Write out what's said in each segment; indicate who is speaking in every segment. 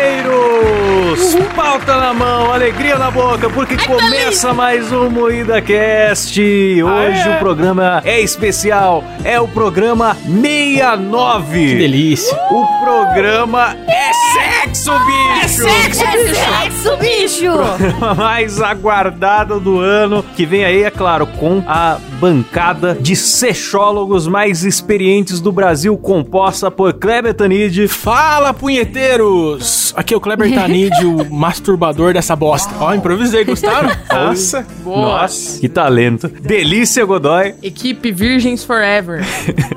Speaker 1: Carniceiros! Pauta na mão, alegria na boca, porque começa mais um Moída Cast. Hoje
Speaker 2: Aê!
Speaker 1: o programa Ah, é especial, é o programa 69.
Speaker 2: Que delícia.
Speaker 1: O programa é sexo, bicho! É sexo,
Speaker 3: É sexo, bicho!
Speaker 1: mais aguardada do ano, que vem aí, é claro, com a bancada de sexólogos mais experientes do Brasil, composta por Kleber Tanid,
Speaker 2: Fala, punheteiros! Aqui é o Kleber Tanid, o masturbador dessa bosta. Ó, improvisei, gostaram? Nossa.
Speaker 4: Boa.
Speaker 1: que talento, Delícia Godoy,
Speaker 4: Equipe Virgens Forever.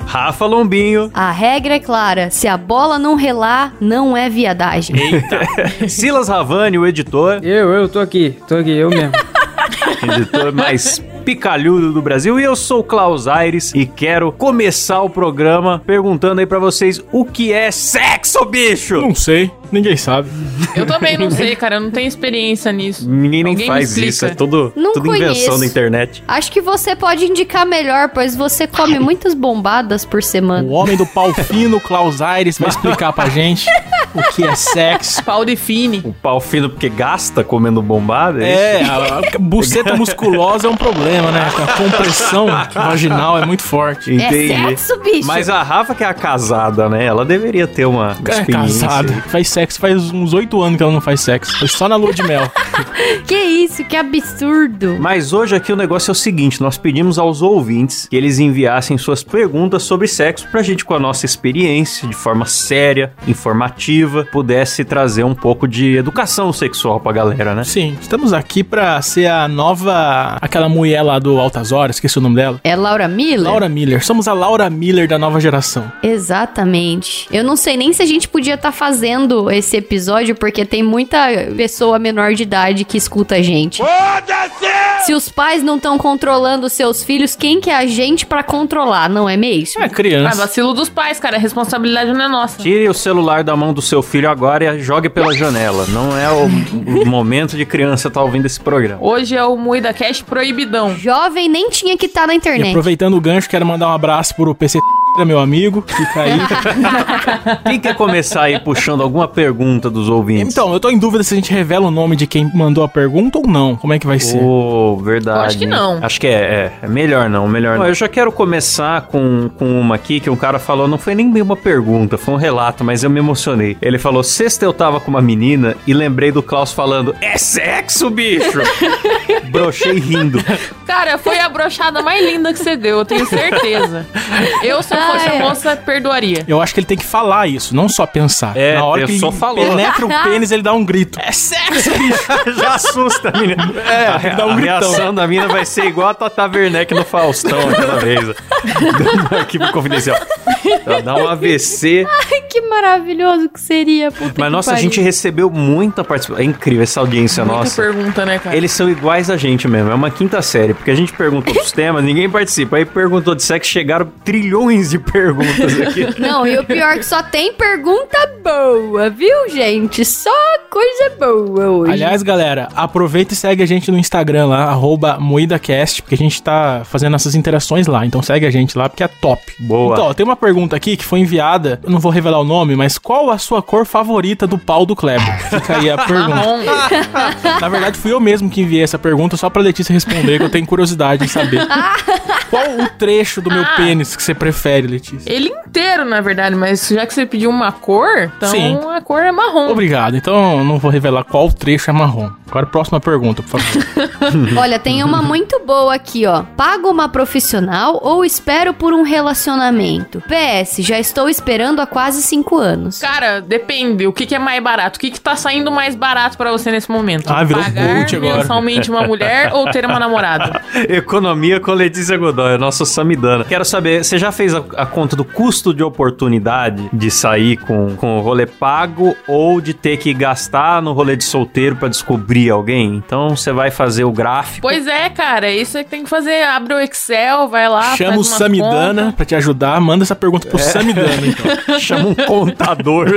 Speaker 1: Rafa Lombinho,
Speaker 3: A regra é clara: se a bola não relar, não é viadagem.
Speaker 1: Silas Ravani, o editor,
Speaker 5: Eu, eu tô aqui, tô aqui, eu mesmo.
Speaker 1: editor mais picalhudo do Brasil, e eu sou o Klaus Aires e quero começar o programa perguntando aí pra vocês o que é sexo, bicho!
Speaker 2: Não sei, ninguém sabe.
Speaker 4: Eu também não sei, cara. Eu não tenho experiência nisso.
Speaker 1: Ninguém nem
Speaker 4: Alguém me
Speaker 1: faz
Speaker 4: explica.
Speaker 1: isso, é tudo,
Speaker 3: Não
Speaker 1: tudo invenção
Speaker 3: conheço.
Speaker 1: da internet.
Speaker 3: Acho que você pode indicar melhor, pois você come muitas bombadas por
Speaker 2: O
Speaker 3: semana.
Speaker 2: homem do pau fino, Klaus Aires, vai explicar pra gente o que é sexo.
Speaker 4: Pau define.
Speaker 1: O pau fino porque gasta comendo bombada? isso?
Speaker 2: É, a a buceta musculosa é um problema, né? A compressão vaginal é muito forte.
Speaker 3: É sexo, bicho!
Speaker 1: Mas a Rafa que é a casada, né? Ela deveria ter uma assim.
Speaker 2: É
Speaker 1: experiência.
Speaker 2: casado. Faz sexo faz uns oito anos que ela não faz sexo. Foi só na lua de mel.
Speaker 3: Que isso, que absurdo!
Speaker 1: Mas hoje aqui o negócio é o seguinte, nós pedimos aos ouvintes que eles enviassem suas perguntas sobre sexo pra gente com a nossa experiência, de forma séria, informativa, pudesse trazer um pouco de educação sexual pra galera, né?
Speaker 2: Sim, estamos aqui pra ser a nova. aquela mulher lá do Altas Horas, esqueci o nome dela.
Speaker 3: É Laura Miller?
Speaker 2: Laura Miller. Somos a Laura Miller da nova geração.
Speaker 3: Exatamente. Eu não sei nem se a gente podia estar fazendo esse episódio, porque tem muita pessoa menor de idade que escuta a gente. Se os pais não estão controlando seus filhos, quem que é a gente pra controlar, não é mesmo?
Speaker 2: É
Speaker 4: Ah,
Speaker 2: criança.
Speaker 4: vacilo dos pais, cara. A responsabilidade não é nossa.
Speaker 1: Tire o celular da mão do seu filho agora e jogue pela janela. Não é o, o momento de criança estar ouvindo esse programa.
Speaker 4: Hoje é o Moída Cash proibidão.
Speaker 3: Jovem nem tinha que estar na
Speaker 2: E
Speaker 3: internet.
Speaker 2: aproveitando o gancho, quero mandar um abraço pro PC, meu amigo. Fica aí.
Speaker 1: Quem quer começar aí puxando alguma pergunta dos ouvintes?
Speaker 2: então, eu tô em dúvida se a gente revela o nome de quem mandou a pergunta ou não. Como é que vai ser?
Speaker 1: Oh, verdade.
Speaker 4: Eu acho que
Speaker 1: hein?
Speaker 4: não.
Speaker 1: Acho que é, é. É melhor não, melhor não. Eu já quero começar com, com uma aqui que um cara falou, não foi nem bem uma pergunta, foi um relato, mas eu me emocionei. Ele falou: sexta eu tava com uma menina e lembrei do Klaus falando: É sexo, bicho! Brochei rindo.
Speaker 4: Cara, foi a brochada mais linda que você deu, eu tenho certeza. Eu, se eu fosse
Speaker 3: Ah, é.
Speaker 4: a moça, perdoaria.
Speaker 2: Eu acho que ele tem que falar isso, não só pensar.
Speaker 1: É,
Speaker 2: Na hora
Speaker 1: eu
Speaker 2: que
Speaker 1: só
Speaker 2: ele
Speaker 1: falou.
Speaker 2: penetra o pênis, ele dá um grito. É sexo, bicho.
Speaker 1: já assusta a menina. É, a,
Speaker 2: dá um
Speaker 1: a
Speaker 2: gritão.
Speaker 1: reação da mina vai ser igual a Tata Werneck no Faustão aquela vez. Do arquivo confidencial. Ela dá um AVC.
Speaker 3: Ai, que maravilhoso que seria, puta
Speaker 1: Mas,
Speaker 3: que
Speaker 1: nossa, a
Speaker 3: pariu.
Speaker 1: gente recebeu muita participação. É incrível essa audiência
Speaker 4: Muita
Speaker 1: nossa.
Speaker 4: pergunta, né, cara?
Speaker 1: Eles são iguais a gente mesmo, é uma quinta série, porque a gente perguntou dos temas, ninguém participa. Aí perguntou de sexo, chegaram trilhões de perguntas aqui.
Speaker 3: Não, e o pior é que só tem pergunta boa, viu, gente? Só coisa boa hoje.
Speaker 2: Aliás, galera, aproveita e segue a gente no Instagram lá, arroba MoídaCast, porque a gente tá fazendo essas interações lá. Então segue a gente lá, porque é top.
Speaker 1: Boa.
Speaker 2: Então, ó, tem uma pergunta aqui que foi enviada, eu não vou revelar o nome, mas qual a sua cor favorita do pau do Kleber? Fica aí a pergunta.
Speaker 4: Marrom.
Speaker 2: Na verdade, fui eu mesmo que enviei essa pergunta só pra Letícia responder, que eu tenho curiosidade em saber. Qual o trecho do meu pênis que você prefere, Letícia?
Speaker 4: Ele inteiro, na verdade, mas já que você pediu uma cor, então
Speaker 2: Sim.
Speaker 4: a cor é marrom.
Speaker 2: Obrigado. Então, eu não vou revelar qual trecho é marrom. Agora, próxima pergunta, por favor.
Speaker 3: Olha, tem uma muito boa aqui, ó. Pago uma profissional ou espero por um relacionamento? PS, já estou esperando há quase cinco anos.
Speaker 4: Cara, depende. O que, que é mais barato? O que, que tá saindo mais barato pra você nesse momento?
Speaker 2: Ah, virou
Speaker 4: Pagar
Speaker 2: coach agora.
Speaker 4: mensalmente uma mulher ou ter uma namorada?
Speaker 1: Economia com Letícia Godoy, nosso Samidana. Quero saber, você já fez a, a conta do custo de oportunidade de sair com, com o rolê pago ou de ter que gastar no rolê de solteiro pra descobrir alguém? Então você vai fazer o gráfico.
Speaker 4: Pois é, cara. Isso é que tem que fazer. Abre o Excel, vai lá,
Speaker 2: Chama o
Speaker 4: Ah, faz umas
Speaker 2: Samidana
Speaker 4: contas.
Speaker 2: pra te ajudar. Manda essa pergunta
Speaker 1: É.
Speaker 2: pro Samidana, então.
Speaker 1: Chama um contador.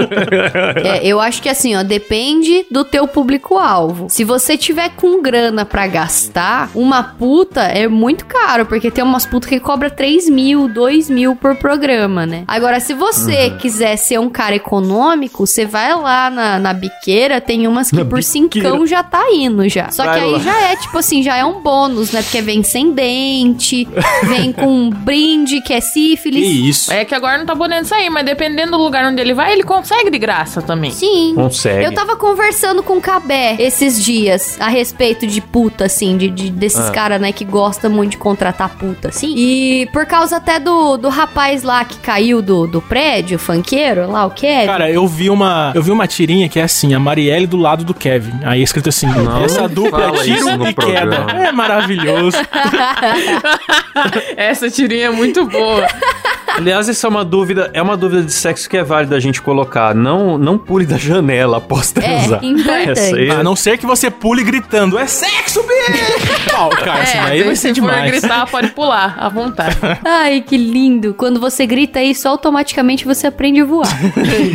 Speaker 3: É, eu acho que assim, ó, depende do teu público-alvo. Se você tiver com grana pra gastar, uma puta é muito caro, porque tem uma umas putas que cobra 3 mil, 2 mil por programa, né? Agora, se você
Speaker 1: Uhum.
Speaker 3: quiser ser um cara econômico, você vai lá na, na biqueira, tem umas que por cincão já tá indo já. Só
Speaker 1: Vai
Speaker 3: que aí
Speaker 1: lá.
Speaker 3: já é, tipo assim, já é um bônus, né? Porque vem sem dente, vem com um brinde que é
Speaker 2: Que
Speaker 3: sífilis.
Speaker 2: isso.
Speaker 4: É que agora não tá podendo sair, mas dependendo do lugar onde ele vai, ele consegue de graça também.
Speaker 3: Sim.
Speaker 1: Consegue.
Speaker 3: Eu tava conversando com o Cabé esses dias a respeito de puta, assim, de, de- desses
Speaker 1: Ah.
Speaker 3: caras, né, que gosta muito de contratar puta, assim. E por causa até do, do rapaz lá que caiu do, do prédio, o funkeiro, lá o
Speaker 4: É.
Speaker 3: né? Kevin.
Speaker 2: Cara, eu vi uma, eu vi uma tirinha que é assim, a Marielle do lado do Kevin. Aí é escrito assim,
Speaker 1: Não
Speaker 2: essa dupla
Speaker 1: fala
Speaker 2: é tiro
Speaker 1: isso no
Speaker 2: e queda.
Speaker 1: programa.
Speaker 2: É maravilhoso.
Speaker 4: Essa tirinha é muito boa.
Speaker 1: Aliás, isso é uma dúvida, é uma dúvida de sexo que é válida a gente colocar. Não, não pule da janela após
Speaker 4: É,
Speaker 1: transar.
Speaker 3: importante.
Speaker 1: Essa aí- é
Speaker 2: A não ser que você pule gritando, é sexo, bicho! Pau, cara, assim, aí vai
Speaker 4: É, se
Speaker 2: ser
Speaker 4: for
Speaker 2: demais.
Speaker 4: gritar, pode pular, à vontade.
Speaker 3: Ai, que lindo. Quando você grita isso, automaticamente você aprende a voar.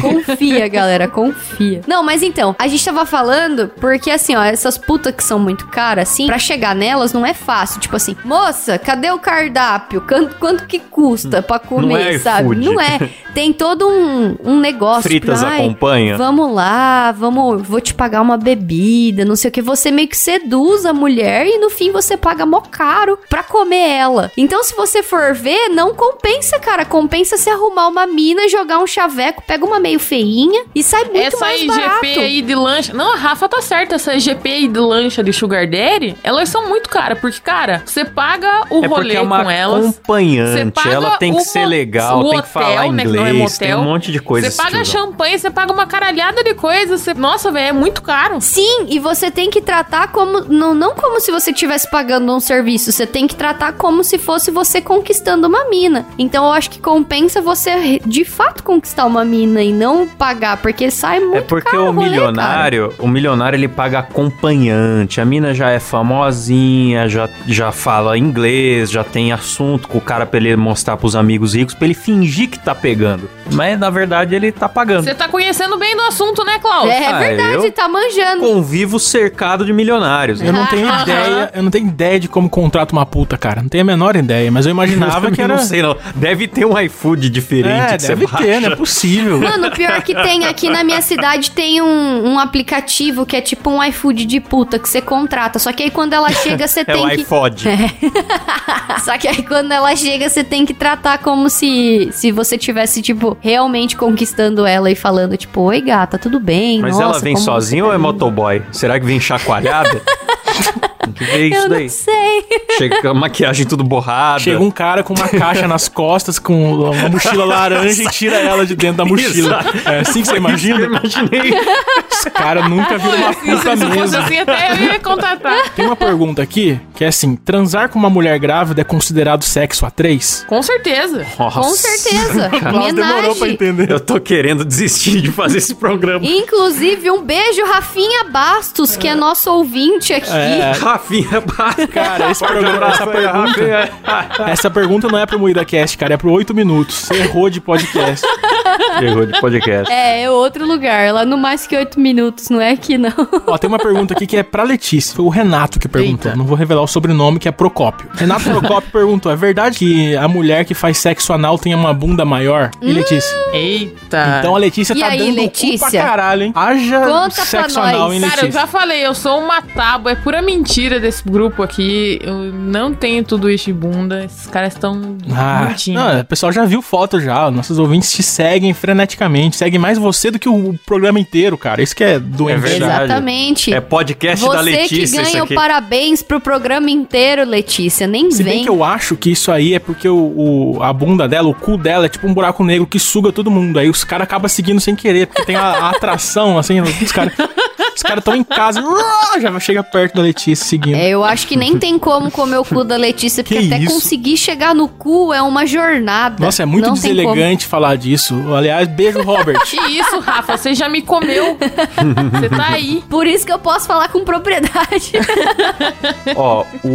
Speaker 3: confia, galera, confia. Não, mas então, a gente tava falando porque, assim, ó, essas putas que são muito caras, assim, pra chegar nelas não é fácil. Tipo assim, moça, cadê o cardápio? Quanto, quanto que custa pra comer,
Speaker 1: é
Speaker 3: sabe?
Speaker 1: iFood.
Speaker 3: Não é. Tem todo um, um negócio.
Speaker 1: Fritas
Speaker 3: tipo, ai,
Speaker 1: acompanha?
Speaker 3: Vamos lá, vamos, vou te pagar uma bebida, não sei o que. Você meio que seduz a mulher e no fim você paga mó caro pra comer ela. Então, se você for ver, não compensa, cara. Compensa se arrumar uma mina, jogar um chaveco, pega uma meio feinha e sai muito
Speaker 4: essa
Speaker 3: mais
Speaker 4: IGP
Speaker 3: barato.
Speaker 4: aí de lancha. Não, a Rafa tá certa. Essa IGP aí de lancha de Sugar Daddy, elas são muito caras. Porque, cara, você paga o
Speaker 1: É porque
Speaker 4: rolê
Speaker 1: é uma
Speaker 4: com elas. Você
Speaker 1: acompanhante,
Speaker 4: paga
Speaker 1: ela tem que
Speaker 4: o
Speaker 1: ser
Speaker 4: mo-
Speaker 1: legal,
Speaker 4: o
Speaker 1: tem que falar
Speaker 4: hotel, né, que não é
Speaker 1: inglês, tem um
Speaker 4: motel.
Speaker 1: monte de coisa.
Speaker 4: Você paga
Speaker 1: desse tipo.
Speaker 4: champanhe, você paga uma caralhada de coisa. Você... Nossa, velho, é muito caro.
Speaker 3: Sim, e você tem que tratar como. Não, não como se você estivesse pagando um serviço. Você tem que tratar como se fosse você conquistando uma mina. Então eu acho que compensa você re- de fato conquistar uma mina e não pagar, porque sai muito.
Speaker 1: É porque
Speaker 3: caro
Speaker 1: o
Speaker 4: né,
Speaker 3: rolê, cara.
Speaker 1: milionário, o milionário ele paga acompanhante. A mina já é famosinha, já, já fala inglês, já tem assunto com o cara pra ele mostrar pros amigos ricos, pra ele fingir que tá pegando. Mas na verdade ele tá pagando.
Speaker 4: Você tá conhecendo bem do assunto, né, Cláudio?
Speaker 3: É,
Speaker 1: Ah,
Speaker 3: verdade,
Speaker 1: eu-
Speaker 3: tá manjando.
Speaker 1: Convivo cercado de milionários.
Speaker 2: Eu não tenho ideia, eu não tenho ideia de como contrata uma puta, cara. Não tenho a menor ideia, mas eu imaginava que era...
Speaker 1: Não sei, não. Deve ter um iFood diferente
Speaker 2: é,
Speaker 1: que você
Speaker 2: deve
Speaker 1: baixa.
Speaker 2: ter, não é possível.
Speaker 3: Mano, o pior que tem aqui na minha cidade tem um, um aplicativo que é tipo um iFood de puta que você contrata. Só que aí quando ela chega, você
Speaker 1: É
Speaker 3: tem
Speaker 1: o
Speaker 3: que.
Speaker 1: iFod.
Speaker 3: Só que aí quando ela chega, você tem que tratar como se, se você tivesse, tipo, realmente conquistando ela e falando, tipo, oi gata, tudo bem?
Speaker 1: Mas
Speaker 3: Nossa,
Speaker 1: ela vem
Speaker 3: como você
Speaker 1: sozinha
Speaker 3: tá
Speaker 1: ou é
Speaker 3: linda."
Speaker 1: motoboy? Será que vem chacoalhada? Tem que ver isso
Speaker 3: Eu
Speaker 1: daí.
Speaker 3: não sei.
Speaker 1: Chega com a maquiagem tudo borrada.
Speaker 2: Chega um cara com uma caixa nas costas, com uma mochila laranja e tira ela de dentro da mochila. É assim que você
Speaker 1: Eu
Speaker 2: imagina?
Speaker 1: imaginei.
Speaker 2: Esse cara nunca viu uma puta
Speaker 4: Se fosse
Speaker 2: mesmo.
Speaker 4: assim, até eu ia contratar.
Speaker 2: Tem uma pergunta aqui, que é assim, transar com uma mulher grávida é considerado sexo a três?
Speaker 4: Com certeza.
Speaker 1: Nossa.
Speaker 3: Com certeza.
Speaker 2: Klaus demorou pra
Speaker 3: Homenagem.
Speaker 2: entender.
Speaker 1: Eu tô querendo desistir de fazer esse programa.
Speaker 3: Inclusive, um beijo, Rafinha Bastos, que é nosso ouvinte aqui.
Speaker 2: É.
Speaker 1: Rafinha,
Speaker 2: Cara, esse programa, essa pergunta,
Speaker 1: pergunta.
Speaker 2: essa pergunta não é pro Moída Cast, cara, é pro 8 minutos. Você errou de podcast.
Speaker 1: Errou de podcast.
Speaker 3: É, é outro lugar, lá no mais que oito minutos, não é aqui não.
Speaker 2: Ó, tem uma pergunta aqui que é pra Letícia. Foi o Renato que perguntou.
Speaker 4: Eita.
Speaker 2: Não vou revelar o sobrenome, que é Procópio. Renato Procópio perguntou: é verdade que a mulher que faz sexo anal tem uma bunda maior? E Letícia?
Speaker 4: Eita.
Speaker 2: Então a Letícia
Speaker 3: Hum. E
Speaker 2: tá
Speaker 3: aí,
Speaker 2: dando o cu pra
Speaker 3: Letícia?
Speaker 2: caralho, hein? Haja
Speaker 3: Conta pra
Speaker 2: sexo
Speaker 3: nós.
Speaker 2: anal, hein,
Speaker 4: Cara, eu
Speaker 2: Letícia?
Speaker 4: já falei, eu sou uma tábua, é pura mentira desse grupo aqui. Eu não tenho tudo isso de bunda. Esses caras estão
Speaker 2: Ah,
Speaker 4: mentindo.
Speaker 2: não, o pessoal já viu foto já. Nossos ouvintes te seguem freneticamente. Seguem mais você do que o programa inteiro, cara. Isso que é doente.
Speaker 1: É verdade.
Speaker 3: Exatamente.
Speaker 1: É podcast da
Speaker 3: Você que
Speaker 1: Letícia isso
Speaker 3: ganha o
Speaker 1: aqui.
Speaker 3: parabéns pro programa inteiro, Letícia. Nem
Speaker 2: Se bem
Speaker 3: vem.
Speaker 2: que eu acho que isso aí é porque o, o- a bunda dela, o cu dela é tipo um buraco negro que suga todo mundo. Aí os caras acabam seguindo sem querer, porque tem a, a atração, assim, os caras os cara estão em casa, uá, já chega perto da Letícia seguindo.
Speaker 3: É, eu acho que nem tem como comer o cu da Letícia, porque
Speaker 2: Que
Speaker 3: até
Speaker 2: isso?
Speaker 3: conseguir chegar no cu é uma jornada.
Speaker 2: Nossa, é muito
Speaker 3: Não tem como.
Speaker 2: deselegante falar disso. Aliás, beijo, Robert.
Speaker 4: Que isso, Rafa? Você já me comeu. Você tá aí.
Speaker 3: Por isso que eu posso falar com propriedade.
Speaker 1: Ó, o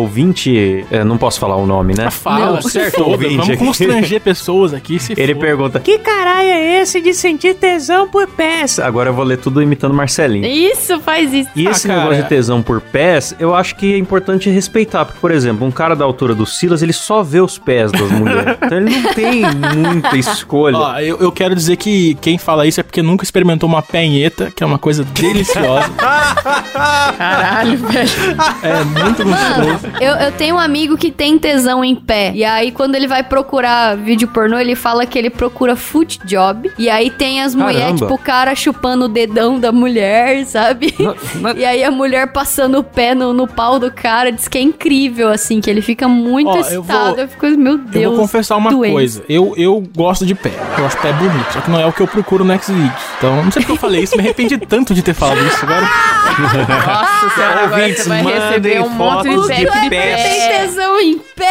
Speaker 1: ouvinte. é, não posso falar o nome, né?
Speaker 2: Fala,
Speaker 1: Não,
Speaker 2: certo,
Speaker 1: certo, ouvinte
Speaker 2: Vamos
Speaker 1: aqui.
Speaker 2: constranger pessoas aqui. Se
Speaker 1: Ele
Speaker 2: for.
Speaker 1: pergunta: Que caralho é esse de sentir tesão por peça? Agora eu vou ler tudo imitando Marcelinho.
Speaker 3: Isso, faz isso.
Speaker 1: E
Speaker 2: Ah,
Speaker 1: esse
Speaker 2: cara.
Speaker 1: negócio de tesão por pés, eu acho que é importante respeitar. Porque, por exemplo, um cara da altura do Silas, ele só vê os pés das mulheres. então ele não tem muita escolha.
Speaker 2: Ó, eu, eu quero dizer que quem fala isso é porque nunca experimentou uma penheta, que é uma coisa deliciosa.
Speaker 4: Caralho, velho.
Speaker 2: é muito gostoso.
Speaker 3: Eu, eu tenho um amigo que tem tesão em pé. E aí, quando ele vai procurar vídeo pornô, ele fala que ele procura foot job. E aí tem as mulheres,
Speaker 1: Caramba.
Speaker 3: tipo, o cara chupando o dedão da mulher, sabe?
Speaker 2: é-
Speaker 1: mas-
Speaker 3: E aí a mulher passando o pé no, no pau do cara. Diz que é incrível, assim, que ele fica muito
Speaker 2: Ó, eu
Speaker 3: excitado. Eu,
Speaker 2: vou-
Speaker 3: fico, meu Deus.
Speaker 2: eu vou confessar uma
Speaker 3: doente.
Speaker 2: coisa. Eu, eu gosto de pé. Eu acho pé bonito. Só que não é o que eu procuro no Xvideos. Então, não sei porque eu falei isso. Me arrependi tanto de ter falado isso agora.
Speaker 4: Nossa senhora, agora
Speaker 1: Ouvintes,
Speaker 4: você vai receber um
Speaker 1: mandem
Speaker 4: monte de
Speaker 1: fotos de
Speaker 4: pack de
Speaker 1: pés.
Speaker 3: Tem
Speaker 4: pé.
Speaker 3: tesão em pé!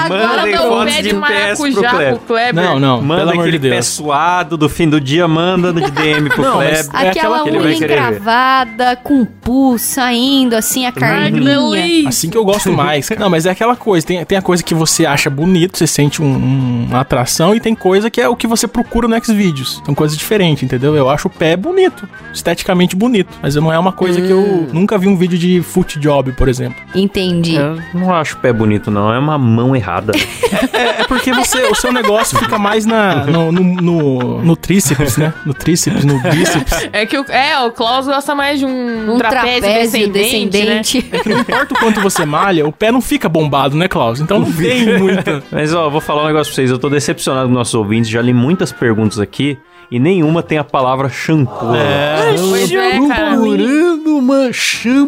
Speaker 3: Agora
Speaker 1: Mandem
Speaker 3: tá
Speaker 4: Manda
Speaker 3: meu
Speaker 4: o
Speaker 1: fotos
Speaker 4: pé
Speaker 1: de
Speaker 4: de
Speaker 1: pés pro
Speaker 4: maracujá
Speaker 1: Kleber.
Speaker 4: pro Kleber.
Speaker 2: Não, não.
Speaker 1: É, Manda
Speaker 2: pelo amor de
Speaker 1: aquele pé
Speaker 2: Deus.
Speaker 1: suado do fim do dia, manda de DM pro
Speaker 2: Não, mas-
Speaker 1: Kleber.
Speaker 2: É
Speaker 3: Aquela
Speaker 2: aquela que ele
Speaker 3: unha
Speaker 1: vai querer ver.
Speaker 3: encravada, com pulso saindo, assim, a
Speaker 4: Ai, que
Speaker 3: carninha.
Speaker 4: delícia.
Speaker 2: Assim que eu gosto mais. Não, mas é aquela coisa. Tem, tem a coisa que você acha bonito, você sente um- um- uma atração, e tem coisa que é o que você procura no Xvideos. São coisas diferentes, entendeu? Eu acho o pé bonito, esteticamente bonito. Mas não é uma coisa que
Speaker 1: Hum.
Speaker 2: eu nunca vi um vídeo de foot job, por exemplo.
Speaker 3: Entendi.
Speaker 1: Eu não acho pé bonito, não. É uma mão errada.
Speaker 2: É, é porque você, o seu negócio fica mais na, no, no, no- no tríceps, né? No tríceps, no bíceps.
Speaker 4: É que o, é, o Klaus gosta mais de um, né?
Speaker 3: Um trapézio, descendente.
Speaker 2: É que não importa o quanto você malha, o pé não fica bombado, né, Klaus? Então não tem muita.
Speaker 1: Mas ó, vou falar um negócio pra vocês. Eu tô decepcionado com nossos ouvintes. Já li muitas perguntas aqui e nenhuma tem a palavra shampoo.
Speaker 4: Pois é, cara.
Speaker 1: procurando uma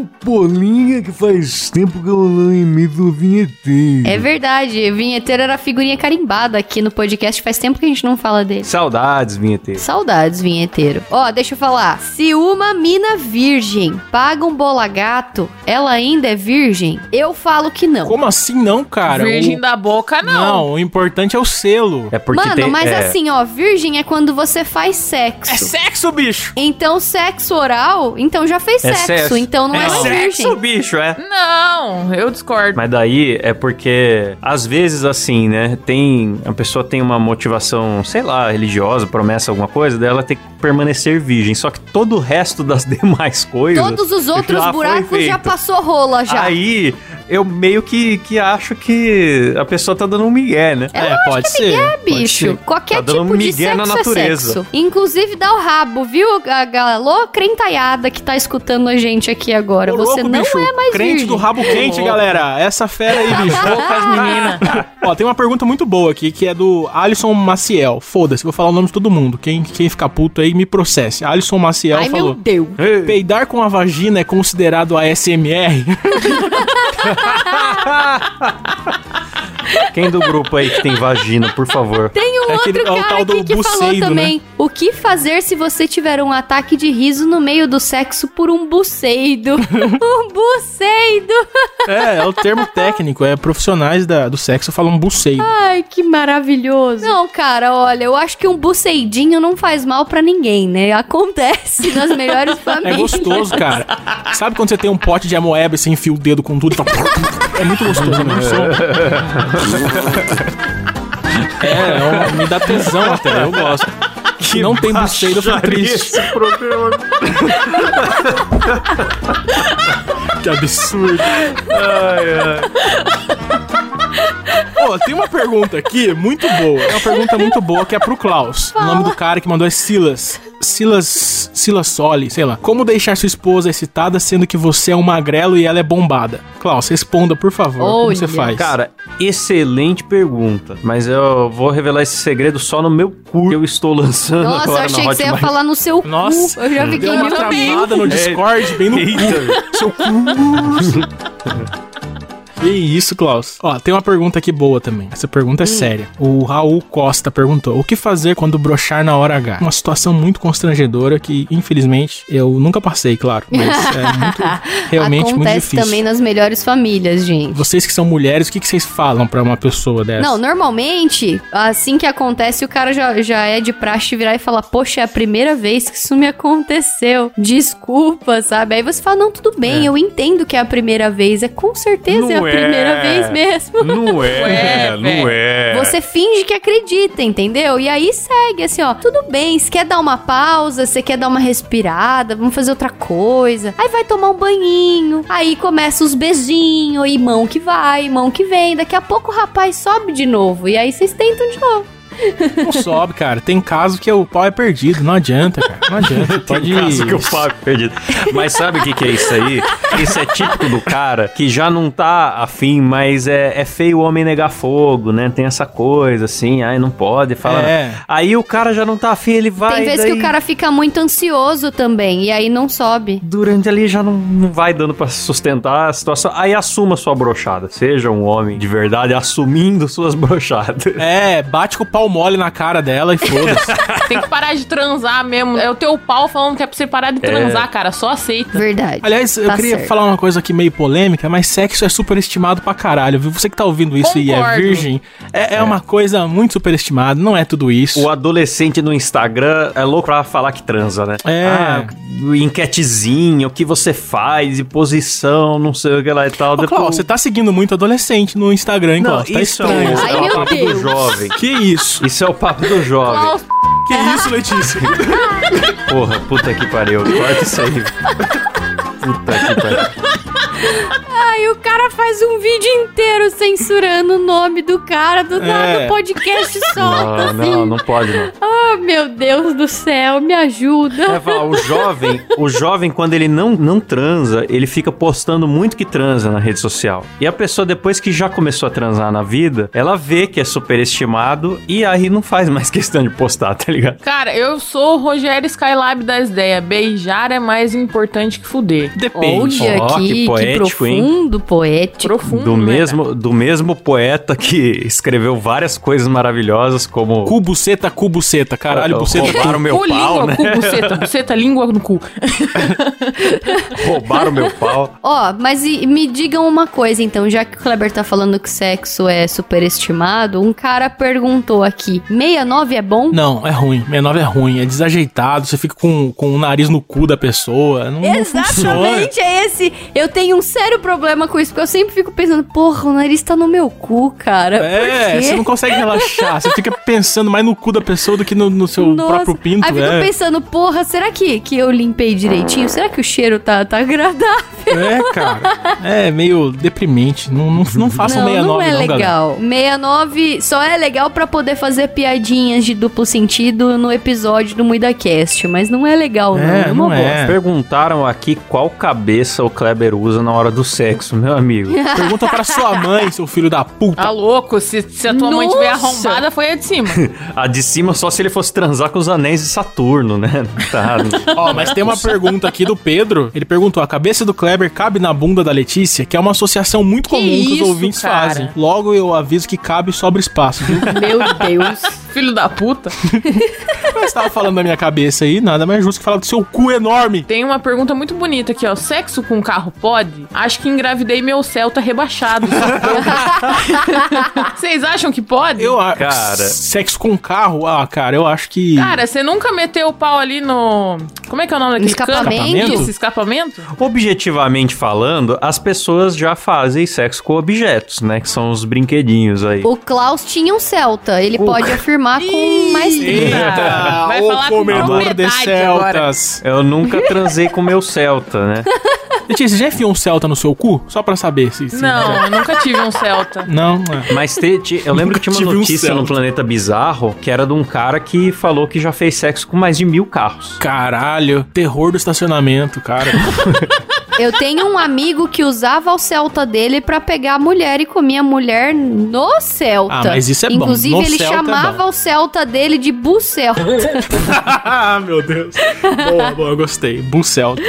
Speaker 1: champolinha que faz tempo que eu não imito o vinheteiro.
Speaker 3: É verdade, vinheteiro era figurinha carimbada aqui no podcast, faz tempo que a gente não fala dele.
Speaker 1: É. Saudades, vinheteiro.
Speaker 3: Saudades, vinheteiro. Ó, deixa eu falar. Se uma mina virgem paga um bola gato, ela ainda é virgem? Eu falo que não.
Speaker 2: Como assim não, cara?
Speaker 4: Virgem
Speaker 2: O-
Speaker 4: da boca, não.
Speaker 2: Não, o importante é o selo.
Speaker 1: É porque
Speaker 3: Mano,
Speaker 1: tem,
Speaker 3: mas
Speaker 1: é,
Speaker 3: assim, ó, virgem é quando você faz sexo.
Speaker 2: É sexo, bicho!
Speaker 3: Então, sexo oral, então já fez
Speaker 1: É
Speaker 3: sexo,
Speaker 1: sexo.
Speaker 3: então não é,
Speaker 1: é
Speaker 3: virgem.
Speaker 1: sexo, bicho, é.
Speaker 4: Não, eu discordo.
Speaker 1: Mas daí é porque, às vezes, assim, né? Tem. A pessoa tem uma motivação, sei lá, religiosa, promessa, alguma coisa, dela tem que permanecer virgem. Só que todo o resto das demais coisas.
Speaker 3: Todos os outros
Speaker 1: já foi
Speaker 3: buracos já
Speaker 1: feito.
Speaker 3: passou rola já.
Speaker 1: Aí eu meio que, que acho que a pessoa tá dando um migué, né?
Speaker 2: É, pode ser.
Speaker 3: É, bicho. Qualquer
Speaker 1: Tá dando
Speaker 3: tipo de
Speaker 1: migué
Speaker 3: sexo
Speaker 1: na
Speaker 3: é
Speaker 1: natureza.
Speaker 3: sexo. Inclusive dá o rabo, viu, a galô crentaiada que tá escutando a gente aqui agora. Você não é mais
Speaker 2: Crente
Speaker 3: virgem.
Speaker 2: do rabo quente, galera. Essa fera aí, bicho.
Speaker 4: Poucas meninas.
Speaker 2: Ó, tem uma pergunta muito boa aqui, que é do Alisson Maciel. Foda-se, vou falar o nome de todo mundo. Quem, quem ficar puto aí, me processe. Alisson Maciel
Speaker 3: Ai, meu
Speaker 2: falou...
Speaker 3: Deus.
Speaker 1: Ei,
Speaker 2: Peidar com a vagina é considerado ASMR?
Speaker 1: Quem do grupo aí que tem vagina, por favor?
Speaker 3: Tem um
Speaker 2: É
Speaker 3: outro
Speaker 2: aquele- é o
Speaker 3: cara
Speaker 2: tal do
Speaker 3: aqui que falou
Speaker 2: buceido,
Speaker 3: também. O que fazer se você tiver um ataque de riso no meio do sexo por um buceido? um buceido!
Speaker 2: é, é o termo técnico. É profissionais da- do sexo falam buceio.
Speaker 3: Ai, que maravilhoso. Não, cara, olha, eu acho que um buceidinho não faz mal pra ninguém, né? Acontece nas melhores
Speaker 2: É
Speaker 3: famílias.
Speaker 2: gostoso, cara. Sabe quando você tem um pote de amoeba e você enfia o dedo com tudo e fala... É muito gostoso, né? O som. É, é um- me dá tesão até, eu gosto. Se não tem buceiro, eu fico
Speaker 1: baixaria
Speaker 2: triste.
Speaker 1: esse programa.
Speaker 2: Que absurdo. Pô, tem uma pergunta aqui muito boa. É uma pergunta muito boa que é pro Klaus. O nome do cara que mandou é Silas. Silas. Silas Soli, sei lá. Como deixar sua esposa excitada sendo que você é um magrelo e ela é bombada? Klaus, responda, por favor. Como
Speaker 3: Olha.
Speaker 2: você faz?
Speaker 1: Cara, excelente pergunta. Mas eu vou revelar esse segredo só no meu cu que eu estou lançando
Speaker 3: Nossa, eu
Speaker 1: agora
Speaker 3: achei
Speaker 1: na
Speaker 3: que você ia
Speaker 1: Hotmart.
Speaker 3: falar no seu
Speaker 2: Nossa,
Speaker 3: cu. Eu já
Speaker 2: deu
Speaker 3: fiquei
Speaker 2: uma
Speaker 3: meio...
Speaker 2: travada no Discord, bem no cu. Seu cu. Que isso, Klaus. Ó, tem uma pergunta aqui boa também. Essa
Speaker 3: Hum.
Speaker 2: pergunta é séria. O Raul Costa perguntou: O que fazer quando brochar na hora H? Uma situação muito constrangedora que, infelizmente, eu nunca passei, claro. Mas é muito, realmente muito
Speaker 3: Acontece
Speaker 2: difícil.
Speaker 3: também nas melhores famílias, gente.
Speaker 2: Vocês que são mulheres, o que, que vocês falam pra uma pessoa dessa?
Speaker 3: Não, normalmente, assim que acontece, o cara já, já é de praxe virar e falar: Poxa, é a primeira vez que isso me aconteceu. Desculpa, sabe? Aí você fala: Não, tudo bem, eu entendo que é a primeira vez. É com certeza é a
Speaker 1: Não é.
Speaker 3: primeira vez mesmo.
Speaker 1: Não é,
Speaker 4: Ué,
Speaker 1: não é.
Speaker 3: Você finge que acredita, entendeu? E aí segue, assim, ó. Tudo bem, você quer dar uma pausa, você quer dar uma respirada, vamos fazer outra coisa. Aí vai tomar um banhinho, aí começa os beijinhos, e mão que vai, mão que vem. Daqui a pouco o rapaz sobe de novo, e aí vocês tentam de novo.
Speaker 2: Não sobe, cara. Tem caso que o pau é perdido. Não adianta, cara. Não adianta. Pode
Speaker 1: Tem caso que eu pago perdido. Mas sabe o que, que é isso aí? Isso é típico do cara que já não tá afim, mas é, é feio o homem negar fogo, né? Tem essa coisa assim, ai, não pode, fala.
Speaker 2: É.
Speaker 1: Aí o cara já não tá afim, ele vai.
Speaker 3: Tem vezes
Speaker 1: daí,
Speaker 3: que o cara fica muito ansioso também, e aí não sobe.
Speaker 1: Durante ali já não, não vai dando pra sustentar a situação. Aí assuma sua brochada. Seja um homem de verdade assumindo suas brochadas.
Speaker 2: É, bate com o pau mole na cara dela e foda-se.
Speaker 4: Tem que parar de transar mesmo. É o teu pau falando que é pra você parar de transar, cara. Só aceita.
Speaker 3: Verdade.
Speaker 2: Aliás, eu
Speaker 3: Tá
Speaker 2: queria
Speaker 3: certo.
Speaker 2: falar uma coisa aqui meio polêmica, mas sexo é superestimado pra caralho, viu? Você que tá ouvindo isso e é
Speaker 4: Concordo.
Speaker 2: virgem, é, é uma coisa muito superestimada, não é tudo isso.
Speaker 1: O adolescente no Instagram é louco pra falar que transa, né?
Speaker 2: É.
Speaker 1: Ah, enquetezinha, o que você faz, e posição, não sei o que lá e tal.
Speaker 2: Ô, Cláudio, você tá seguindo muito adolescente no Instagram, hein,
Speaker 1: Não,
Speaker 2: Cláudio? Tá
Speaker 1: isso
Speaker 2: estranho.
Speaker 1: é, o-
Speaker 3: Ai,
Speaker 1: é o
Speaker 3: meu
Speaker 1: papo
Speaker 3: Deus.
Speaker 1: do jovem.
Speaker 2: Que um isso?
Speaker 1: Isso é o papo do jovem.
Speaker 4: Klaus,
Speaker 2: Que isso, Letícia?
Speaker 1: Porra, puta que pariu. Corta isso aí. Puta que pariu.
Speaker 3: Aí o cara faz um vídeo inteiro censurando o nome do cara, do nada
Speaker 2: É.
Speaker 3: o podcast solta,
Speaker 1: Não,
Speaker 3: assim.
Speaker 1: não, não pode não.
Speaker 3: Ah, meu Deus do céu, me ajuda.
Speaker 1: É, fala, o jovem, o jovem quando ele não, não transa, ele fica postando muito que transa na rede social. E a pessoa depois que já começou a transar na vida, ela vê que é superestimado e aí não faz mais questão de postar, tá ligado?
Speaker 4: Cara, eu sou o Rogério Skylab das ideias. Beijar é mais importante que fuder.
Speaker 2: Depende.
Speaker 3: Olha
Speaker 1: Ó,
Speaker 3: que,
Speaker 1: que
Speaker 3: Um que
Speaker 1: poético, hein?
Speaker 3: profundo, poético.
Speaker 4: Profundo.
Speaker 1: Do
Speaker 4: né,
Speaker 1: mesmo, do mesmo poeta que escreveu várias coisas maravilhosas como
Speaker 2: Cu, buceta, cu, buceta. Caralho, buceta. cu.
Speaker 1: roubaram
Speaker 4: cara?
Speaker 1: meu
Speaker 4: cu,
Speaker 1: pau,
Speaker 4: língua,
Speaker 1: né?
Speaker 4: cu, buceta, buceta, língua no cu.
Speaker 1: Roubaram meu pau.
Speaker 3: Ó, mas e- me digam uma coisa então, já que o Kleber tá falando que sexo é superestimado, um cara perguntou aqui: 69 é bom?
Speaker 2: Não, é ruim. 69 é ruim. É desajeitado. Você fica com, com o nariz no cu da pessoa. Não, não funciona.
Speaker 3: Exatamente, é esse. Eu tenho um sério problema com isso, porque eu sempre fico pensando, porra, o nariz tá no meu cu, cara. Por
Speaker 2: É,
Speaker 3: quê?
Speaker 2: você não consegue relaxar. Você fica pensando mais no cu da pessoa do que no, no seu
Speaker 3: Nossa.
Speaker 2: próprio pinto.
Speaker 3: Aí fico
Speaker 2: é.
Speaker 3: pensando, porra, será que, que eu limpei direitinho? Será que o cheiro tá, tá agradável?
Speaker 2: É, cara. É meio deprimente. Não, não, um não façam
Speaker 3: não,
Speaker 2: 69,
Speaker 3: não é
Speaker 2: galera.
Speaker 3: legal. 69 só é legal pra poder fazer piadinhas de duplo sentido no episódio do MuidaCast, mas não é legal, não.
Speaker 2: É,
Speaker 3: É uma
Speaker 2: não é.
Speaker 1: Perguntaram aqui qual cabeça o Kleber usa na hora do sexo, meu amigo.
Speaker 2: Pergunta pra sua mãe, seu filho da puta.
Speaker 4: Tá louco? Se, se a tua mãe tiver
Speaker 3: Nossa.
Speaker 4: arrombada, foi a de cima.
Speaker 1: A de cima só se ele fosse transar com os anéis de Saturno, né? Tá.
Speaker 2: Ó, mas tem uma pergunta aqui do Pedro. Ele perguntou: a cabeça do Kleber cabe na bunda da Letícia, que é uma associação muito
Speaker 4: Que
Speaker 2: comum que os
Speaker 4: isso,
Speaker 2: ouvintes
Speaker 4: cara?
Speaker 2: fazem. Logo eu aviso que cabe e sobra espaço, viu?
Speaker 3: boa. Meu Deus.
Speaker 4: Filho da puta.
Speaker 2: mas tava falando da minha cabeça aí, nada mais justo que falar do seu cu enorme.
Speaker 4: Tem uma pergunta muito bonita aqui, ó. Sexo com carro pode? Acho que engravidei meu Celta rebaixado. Vocês acham que pode?
Speaker 2: Eu acho.
Speaker 1: Cara.
Speaker 2: Sexo com carro? Ah, cara, eu acho que.
Speaker 3: Ah,
Speaker 4: Cara, você nunca meteu o pau ali no. Como é que é o nome daquele
Speaker 3: Escapamento?
Speaker 4: cano? Isso, escapamento?
Speaker 1: Objetivamente falando, as pessoas já fazem sexo com objetos, né? Que são os brinquedinhos aí.
Speaker 3: O Klaus tinha um Celta, ele pode afirmar com maestria.
Speaker 4: Eita, vai
Speaker 2: o
Speaker 4: falar com
Speaker 2: comedor de
Speaker 4: propriedade agora.
Speaker 2: celtas.
Speaker 1: Eu nunca transei com meu Celta, né?
Speaker 2: Letícia, você já enfiou um celta no seu cu? Só pra saber se... se
Speaker 4: Não, eu nunca tive um Celta.
Speaker 2: Não, é.
Speaker 1: Mas te- te- eu lembro que
Speaker 2: Nunca
Speaker 1: tinha uma
Speaker 2: tive um
Speaker 1: notícia
Speaker 2: Celta.
Speaker 1: no Planeta Bizarro que era de um cara que falou que já fez sexo com mais de mil carros.
Speaker 2: Caralho, terror do estacionamento, cara.
Speaker 3: Eu tenho um amigo que usava o Celta dele pra pegar a mulher e comia a mulher no Celta.
Speaker 2: Ah, mas isso é bom.
Speaker 3: Inclusive,
Speaker 2: No
Speaker 3: ele
Speaker 2: Celta Tá é
Speaker 3: chamava
Speaker 2: bom.
Speaker 3: o Celta dele de Bucelta.
Speaker 2: ah, meu Deus. Boa, boa, eu gostei. Bucelta.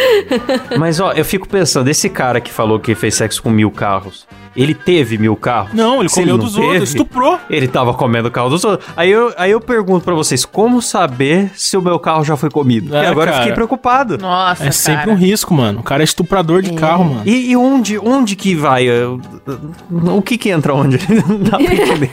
Speaker 1: Mas ó, eu fico pensando, esse cara que falou que fez sexo com mil carros, ele teve mil carros?
Speaker 2: Não, ele
Speaker 1: Se
Speaker 2: comeu
Speaker 1: não
Speaker 2: dos outros,
Speaker 1: teve,
Speaker 2: estuprou.
Speaker 1: Ele tava comendo o carro dos outros. Aí eu, aí eu pergunto pra vocês, como saber se o meu carro já foi comido? Porque
Speaker 2: É,
Speaker 1: agora eu
Speaker 2: cara.
Speaker 1: fiquei preocupado.
Speaker 4: Nossa,
Speaker 2: É sempre
Speaker 4: cara.
Speaker 2: um risco, mano. O cara é estuprador de carro, mano.
Speaker 1: E, e onde, onde que vai? Eu- O que que entra onde? Não dá pra entender.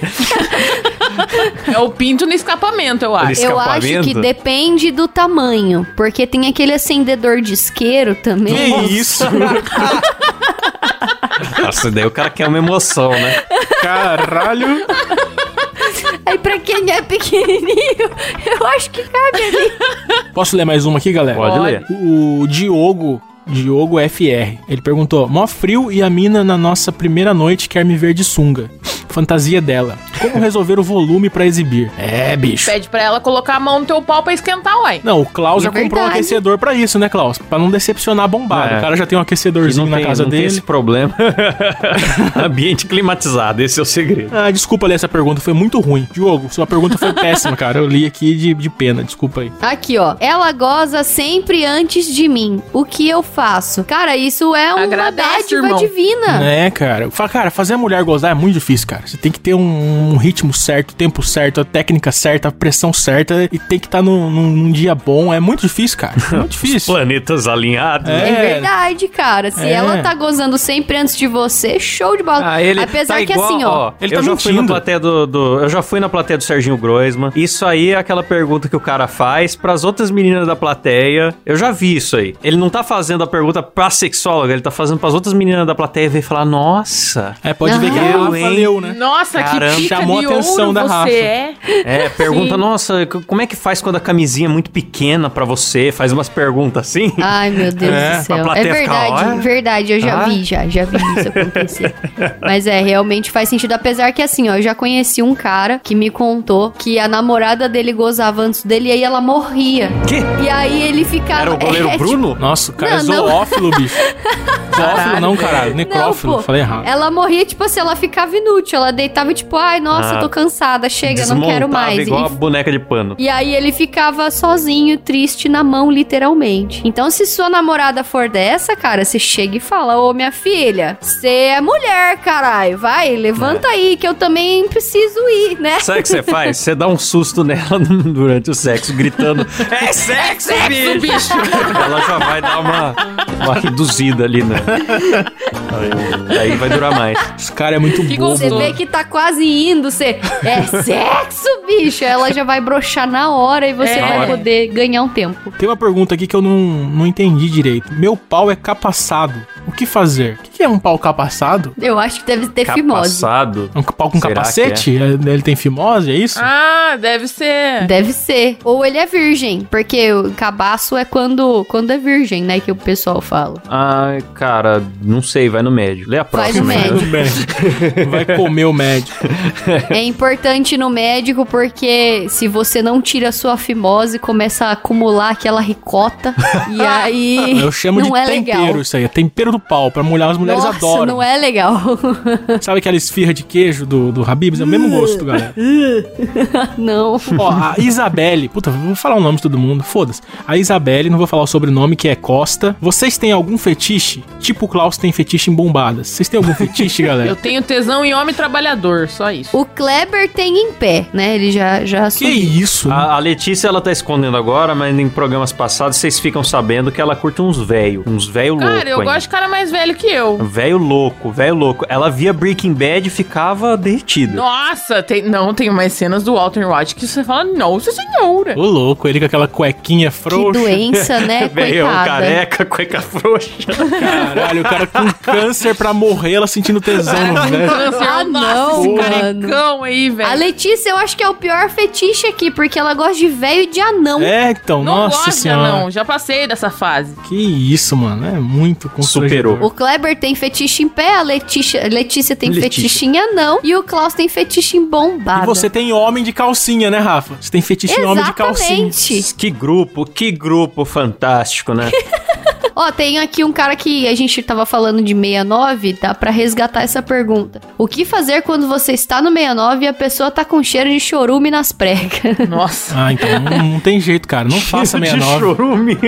Speaker 4: É o pinto no escapamento, eu acho.
Speaker 1: Eles-
Speaker 3: Eu acho que
Speaker 1: Escapamento?
Speaker 3: depende do tamanho, porque tem aquele acendedor de isqueiro também.
Speaker 2: isso?
Speaker 1: Nossa, daí o cara quer uma emoção, né?
Speaker 2: Caralho!
Speaker 3: Aí pra quem é pequenininho, eu acho que cabe ali.
Speaker 2: Posso ler mais uma aqui, galera?
Speaker 1: Pode ler.
Speaker 2: O Diogo. Diogo FR. Ele perguntou: Mó frio e a mina na nossa primeira noite quer me ver de sunga. Fantasia dela. Como resolver o volume pra exibir? É, bicho.
Speaker 4: Pede pra ela colocar a mão no teu pau pra esquentar, uai.
Speaker 2: Não, o Klaus já
Speaker 3: É
Speaker 2: comprou um
Speaker 3: verdade.
Speaker 2: aquecedor pra isso, né, Klaus? Pra não decepcionar bombado.
Speaker 1: É.
Speaker 2: O cara já tem um
Speaker 1: Que
Speaker 2: aquecedorzinho
Speaker 1: não
Speaker 2: na
Speaker 1: tem,
Speaker 2: casa
Speaker 1: não tem
Speaker 2: dele.
Speaker 1: esse problema. Ambiente climatizado, esse é o segredo.
Speaker 2: Ah, desculpa ler essa pergunta, foi muito ruim. Diogo, sua pergunta foi péssima, cara. Eu li aqui de, de pena, desculpa aí.
Speaker 3: Aqui, ó. Ela goza sempre antes de mim. O que eu faço? Cara, isso é uma
Speaker 4: Agradece,
Speaker 3: dádiva
Speaker 4: irmão.
Speaker 1: Né?
Speaker 3: divina.
Speaker 2: É, cara. Fa- Cara, fazer a mulher gozar é muito difícil, cara. Você tem que ter um, um ritmo certo, tempo certo, a técnica certa, a pressão certa e tem que estar num, num- num dia bom. É muito difícil, cara. É muito
Speaker 1: Os
Speaker 2: difícil.
Speaker 1: planetas alinhados.
Speaker 3: É,
Speaker 2: É.
Speaker 3: verdade, cara. Se
Speaker 2: É.
Speaker 3: ela tá gozando sempre antes de você, show de bola.
Speaker 1: Ah, ele
Speaker 3: Apesar
Speaker 1: tá
Speaker 3: que
Speaker 1: igual,
Speaker 3: assim, ó.
Speaker 2: ele
Speaker 1: eu
Speaker 2: tá
Speaker 1: já fui na
Speaker 2: mentindo.
Speaker 1: plateia do, do- eu já fui na plateia do Serginho Groisman. Isso aí é aquela pergunta que o cara faz pras outras meninas da plateia. Eu já vi isso aí. Ele não tá fazendo a pergunta pra sexóloga, ele tá fazendo pras outras meninas da plateia e vem falar: "Nossa".
Speaker 2: É, pode ver que a
Speaker 1: Eu,
Speaker 2: Rafa
Speaker 1: hein?
Speaker 2: leu, né?
Speaker 4: Nossa,
Speaker 1: Caramba,
Speaker 4: que dica
Speaker 2: chamou
Speaker 4: de
Speaker 2: a atenção
Speaker 4: ouro
Speaker 2: da
Speaker 4: você
Speaker 2: Rafa.
Speaker 4: é.
Speaker 1: É, pergunta:
Speaker 4: Sim.
Speaker 1: "Nossa, c- como é que faz quando a camisinha é muito pequena pra você?" Faz umas perguntas assim.
Speaker 3: Ai, meu Deus
Speaker 2: É,
Speaker 3: do
Speaker 1: a
Speaker 3: céu. É
Speaker 1: plateia fica,
Speaker 3: verdade,
Speaker 1: "Olha".
Speaker 3: verdade. Eu já
Speaker 1: Ah.
Speaker 3: vi, já, já vi isso acontecer. Mas é, realmente faz sentido. Apesar que, assim, ó, eu já conheci um cara que me contou que a namorada dele gozava antes dele e aí ela morria.
Speaker 1: Quê?
Speaker 3: E aí ele ficava.
Speaker 1: Era o goleiro
Speaker 3: É, tipo,
Speaker 1: Bruno?
Speaker 2: Nossa, o cara
Speaker 3: Não,
Speaker 2: é
Speaker 3: não.
Speaker 2: zoófilo, bicho. Zoófilo não, caralho. Necrófilo,
Speaker 3: pô.
Speaker 2: falei errado.
Speaker 3: Ela morria, tipo assim, ela ficava inútil. Ela deitava, tipo, ai, nossa,
Speaker 1: Ah,
Speaker 3: tô cansada, chega, não quero
Speaker 1: Desmontava
Speaker 3: mais.
Speaker 1: igual
Speaker 3: E
Speaker 1: a boneca de pano.
Speaker 3: E aí ele ficava sozinho, triste na mão, literalmente. Então, se sua namorada for dessa, cara, você chega e fala: Ô, minha filha, você é mulher, caralho. Vai,
Speaker 1: É.
Speaker 3: levanta aí, que eu também preciso ir, né?
Speaker 1: Sabe o que você faz? Você dá um susto nela durante o sexo, gritando: É sexo, bicho! Ela já vai dar uma, uma reduzida ali, né? Aí, aí vai durar mais.
Speaker 2: Esse cara é muito
Speaker 4: Que
Speaker 2: bobo.
Speaker 3: Você
Speaker 4: gostoso.
Speaker 3: vê que tá quase indo, você. É sexo, bicho! Ela já vai broxar na hora e você
Speaker 4: É.
Speaker 3: vai poder ganhar um tempo.
Speaker 2: Tem uma pergunta aqui que eu não, não entendi direito. Meu pau é capaçado. O que fazer? O que que é um pau capaçado?
Speaker 3: Eu acho que deve ter É fimose.
Speaker 1: Capaçado.
Speaker 2: É um pau com
Speaker 1: Será
Speaker 2: capacete? É- Ele tem fimose, é isso?
Speaker 4: Ah, deve ser.
Speaker 3: Deve ser. Ou ele é virgem, porque o cabaço é quando, quando é virgem, né? Que o pessoal fala.
Speaker 1: Ai, cara, não sei, vai no médio. Lê a
Speaker 3: Vai
Speaker 1: próxima. né?
Speaker 3: no médio.
Speaker 2: Tudo bem. Tipo, Vai comer o médico.
Speaker 3: É importante ir no médico porque se você não tira a sua fimose, começa a acumular aquela ricota. e aí.
Speaker 2: Eu chamo
Speaker 3: não
Speaker 2: de
Speaker 3: é
Speaker 2: tempero
Speaker 3: legal.
Speaker 2: isso aí. É tempero do pau. Pra mulher, as mulheres
Speaker 3: Nossa,
Speaker 2: adoram.
Speaker 3: não é legal.
Speaker 2: Sabe aquela esfirra de queijo do, do Habibs? É o
Speaker 3: Hum.
Speaker 2: mesmo gosto, galera.
Speaker 3: não.
Speaker 2: Ó, a Isabelle, puta, vou falar o nome de todo mundo, foda-se. A Isabelle, não vou falar o sobrenome, que é Costa. Vocês têm algum fetiche? Tipo o Klaus tem fetiche em bombadas. Vocês têm algum fetiche, galera?
Speaker 4: Eu tenho tesão em homem trabalhador, só isso.
Speaker 3: O Kleber tem em pé, né? Ele já, já
Speaker 2: Que
Speaker 3: assumiu.
Speaker 2: isso?
Speaker 1: A, a Letícia, ela tá escondendo agora, mas em programas passados vocês ficam sabendo que ela curte uns velho. Uns velho louco.
Speaker 4: Cara, eu
Speaker 1: ainda.
Speaker 4: gosto de cara mais velho que eu.
Speaker 1: Velho louco, velho louco. Ela via Breaking Bad e ficava derretida.
Speaker 4: Nossa, tem, não, tem umas cenas do Walter White que você fala, nossa senhora.
Speaker 2: Ô louco, ele com aquela cuequinha
Speaker 3: Que
Speaker 2: frouxa.
Speaker 3: doença, né?
Speaker 1: Veio
Speaker 2: é.
Speaker 3: Coitada.
Speaker 1: careca, cueca frouxa.
Speaker 2: Caralho, o cara com câncer pra morrer, ela sentindo tesão, né?
Speaker 4: Câncer,
Speaker 3: Ah,
Speaker 4: assim, nossa,
Speaker 3: não,
Speaker 4: esse
Speaker 3: mano.
Speaker 4: carecão aí, velho.
Speaker 3: A Letícia, eu acho que é o pior fetiche aqui, porque ela gosta de velho e de anão.
Speaker 2: É, então,
Speaker 4: Não
Speaker 2: nossa
Speaker 4: gosta,
Speaker 2: senhora.
Speaker 4: não. Já passei dessa fase.
Speaker 2: Que isso, mano. É muito constrangedor.
Speaker 1: Superou.
Speaker 3: O Kleber tem fetiche em pé, a Letícia, Letícia tem
Speaker 1: Letícia.
Speaker 3: fetiche em anão e o Klaus tem fetiche em bombada.
Speaker 2: E você tem homem de calcinha, né, Rafa? Você tem fetiche em homem de calcinha.
Speaker 3: Exatamente.
Speaker 1: Que grupo, que grupo fantástico, né?
Speaker 3: Ó, tem aqui um cara que a gente tava falando de 69, dá pra resgatar essa pergunta. O que fazer quando você está no 69 e a pessoa tá com cheiro de chorume nas pregas?
Speaker 4: Nossa.
Speaker 2: Ah, então não, não tem jeito, cara. Não faça
Speaker 1: de
Speaker 2: 69.
Speaker 1: chorume.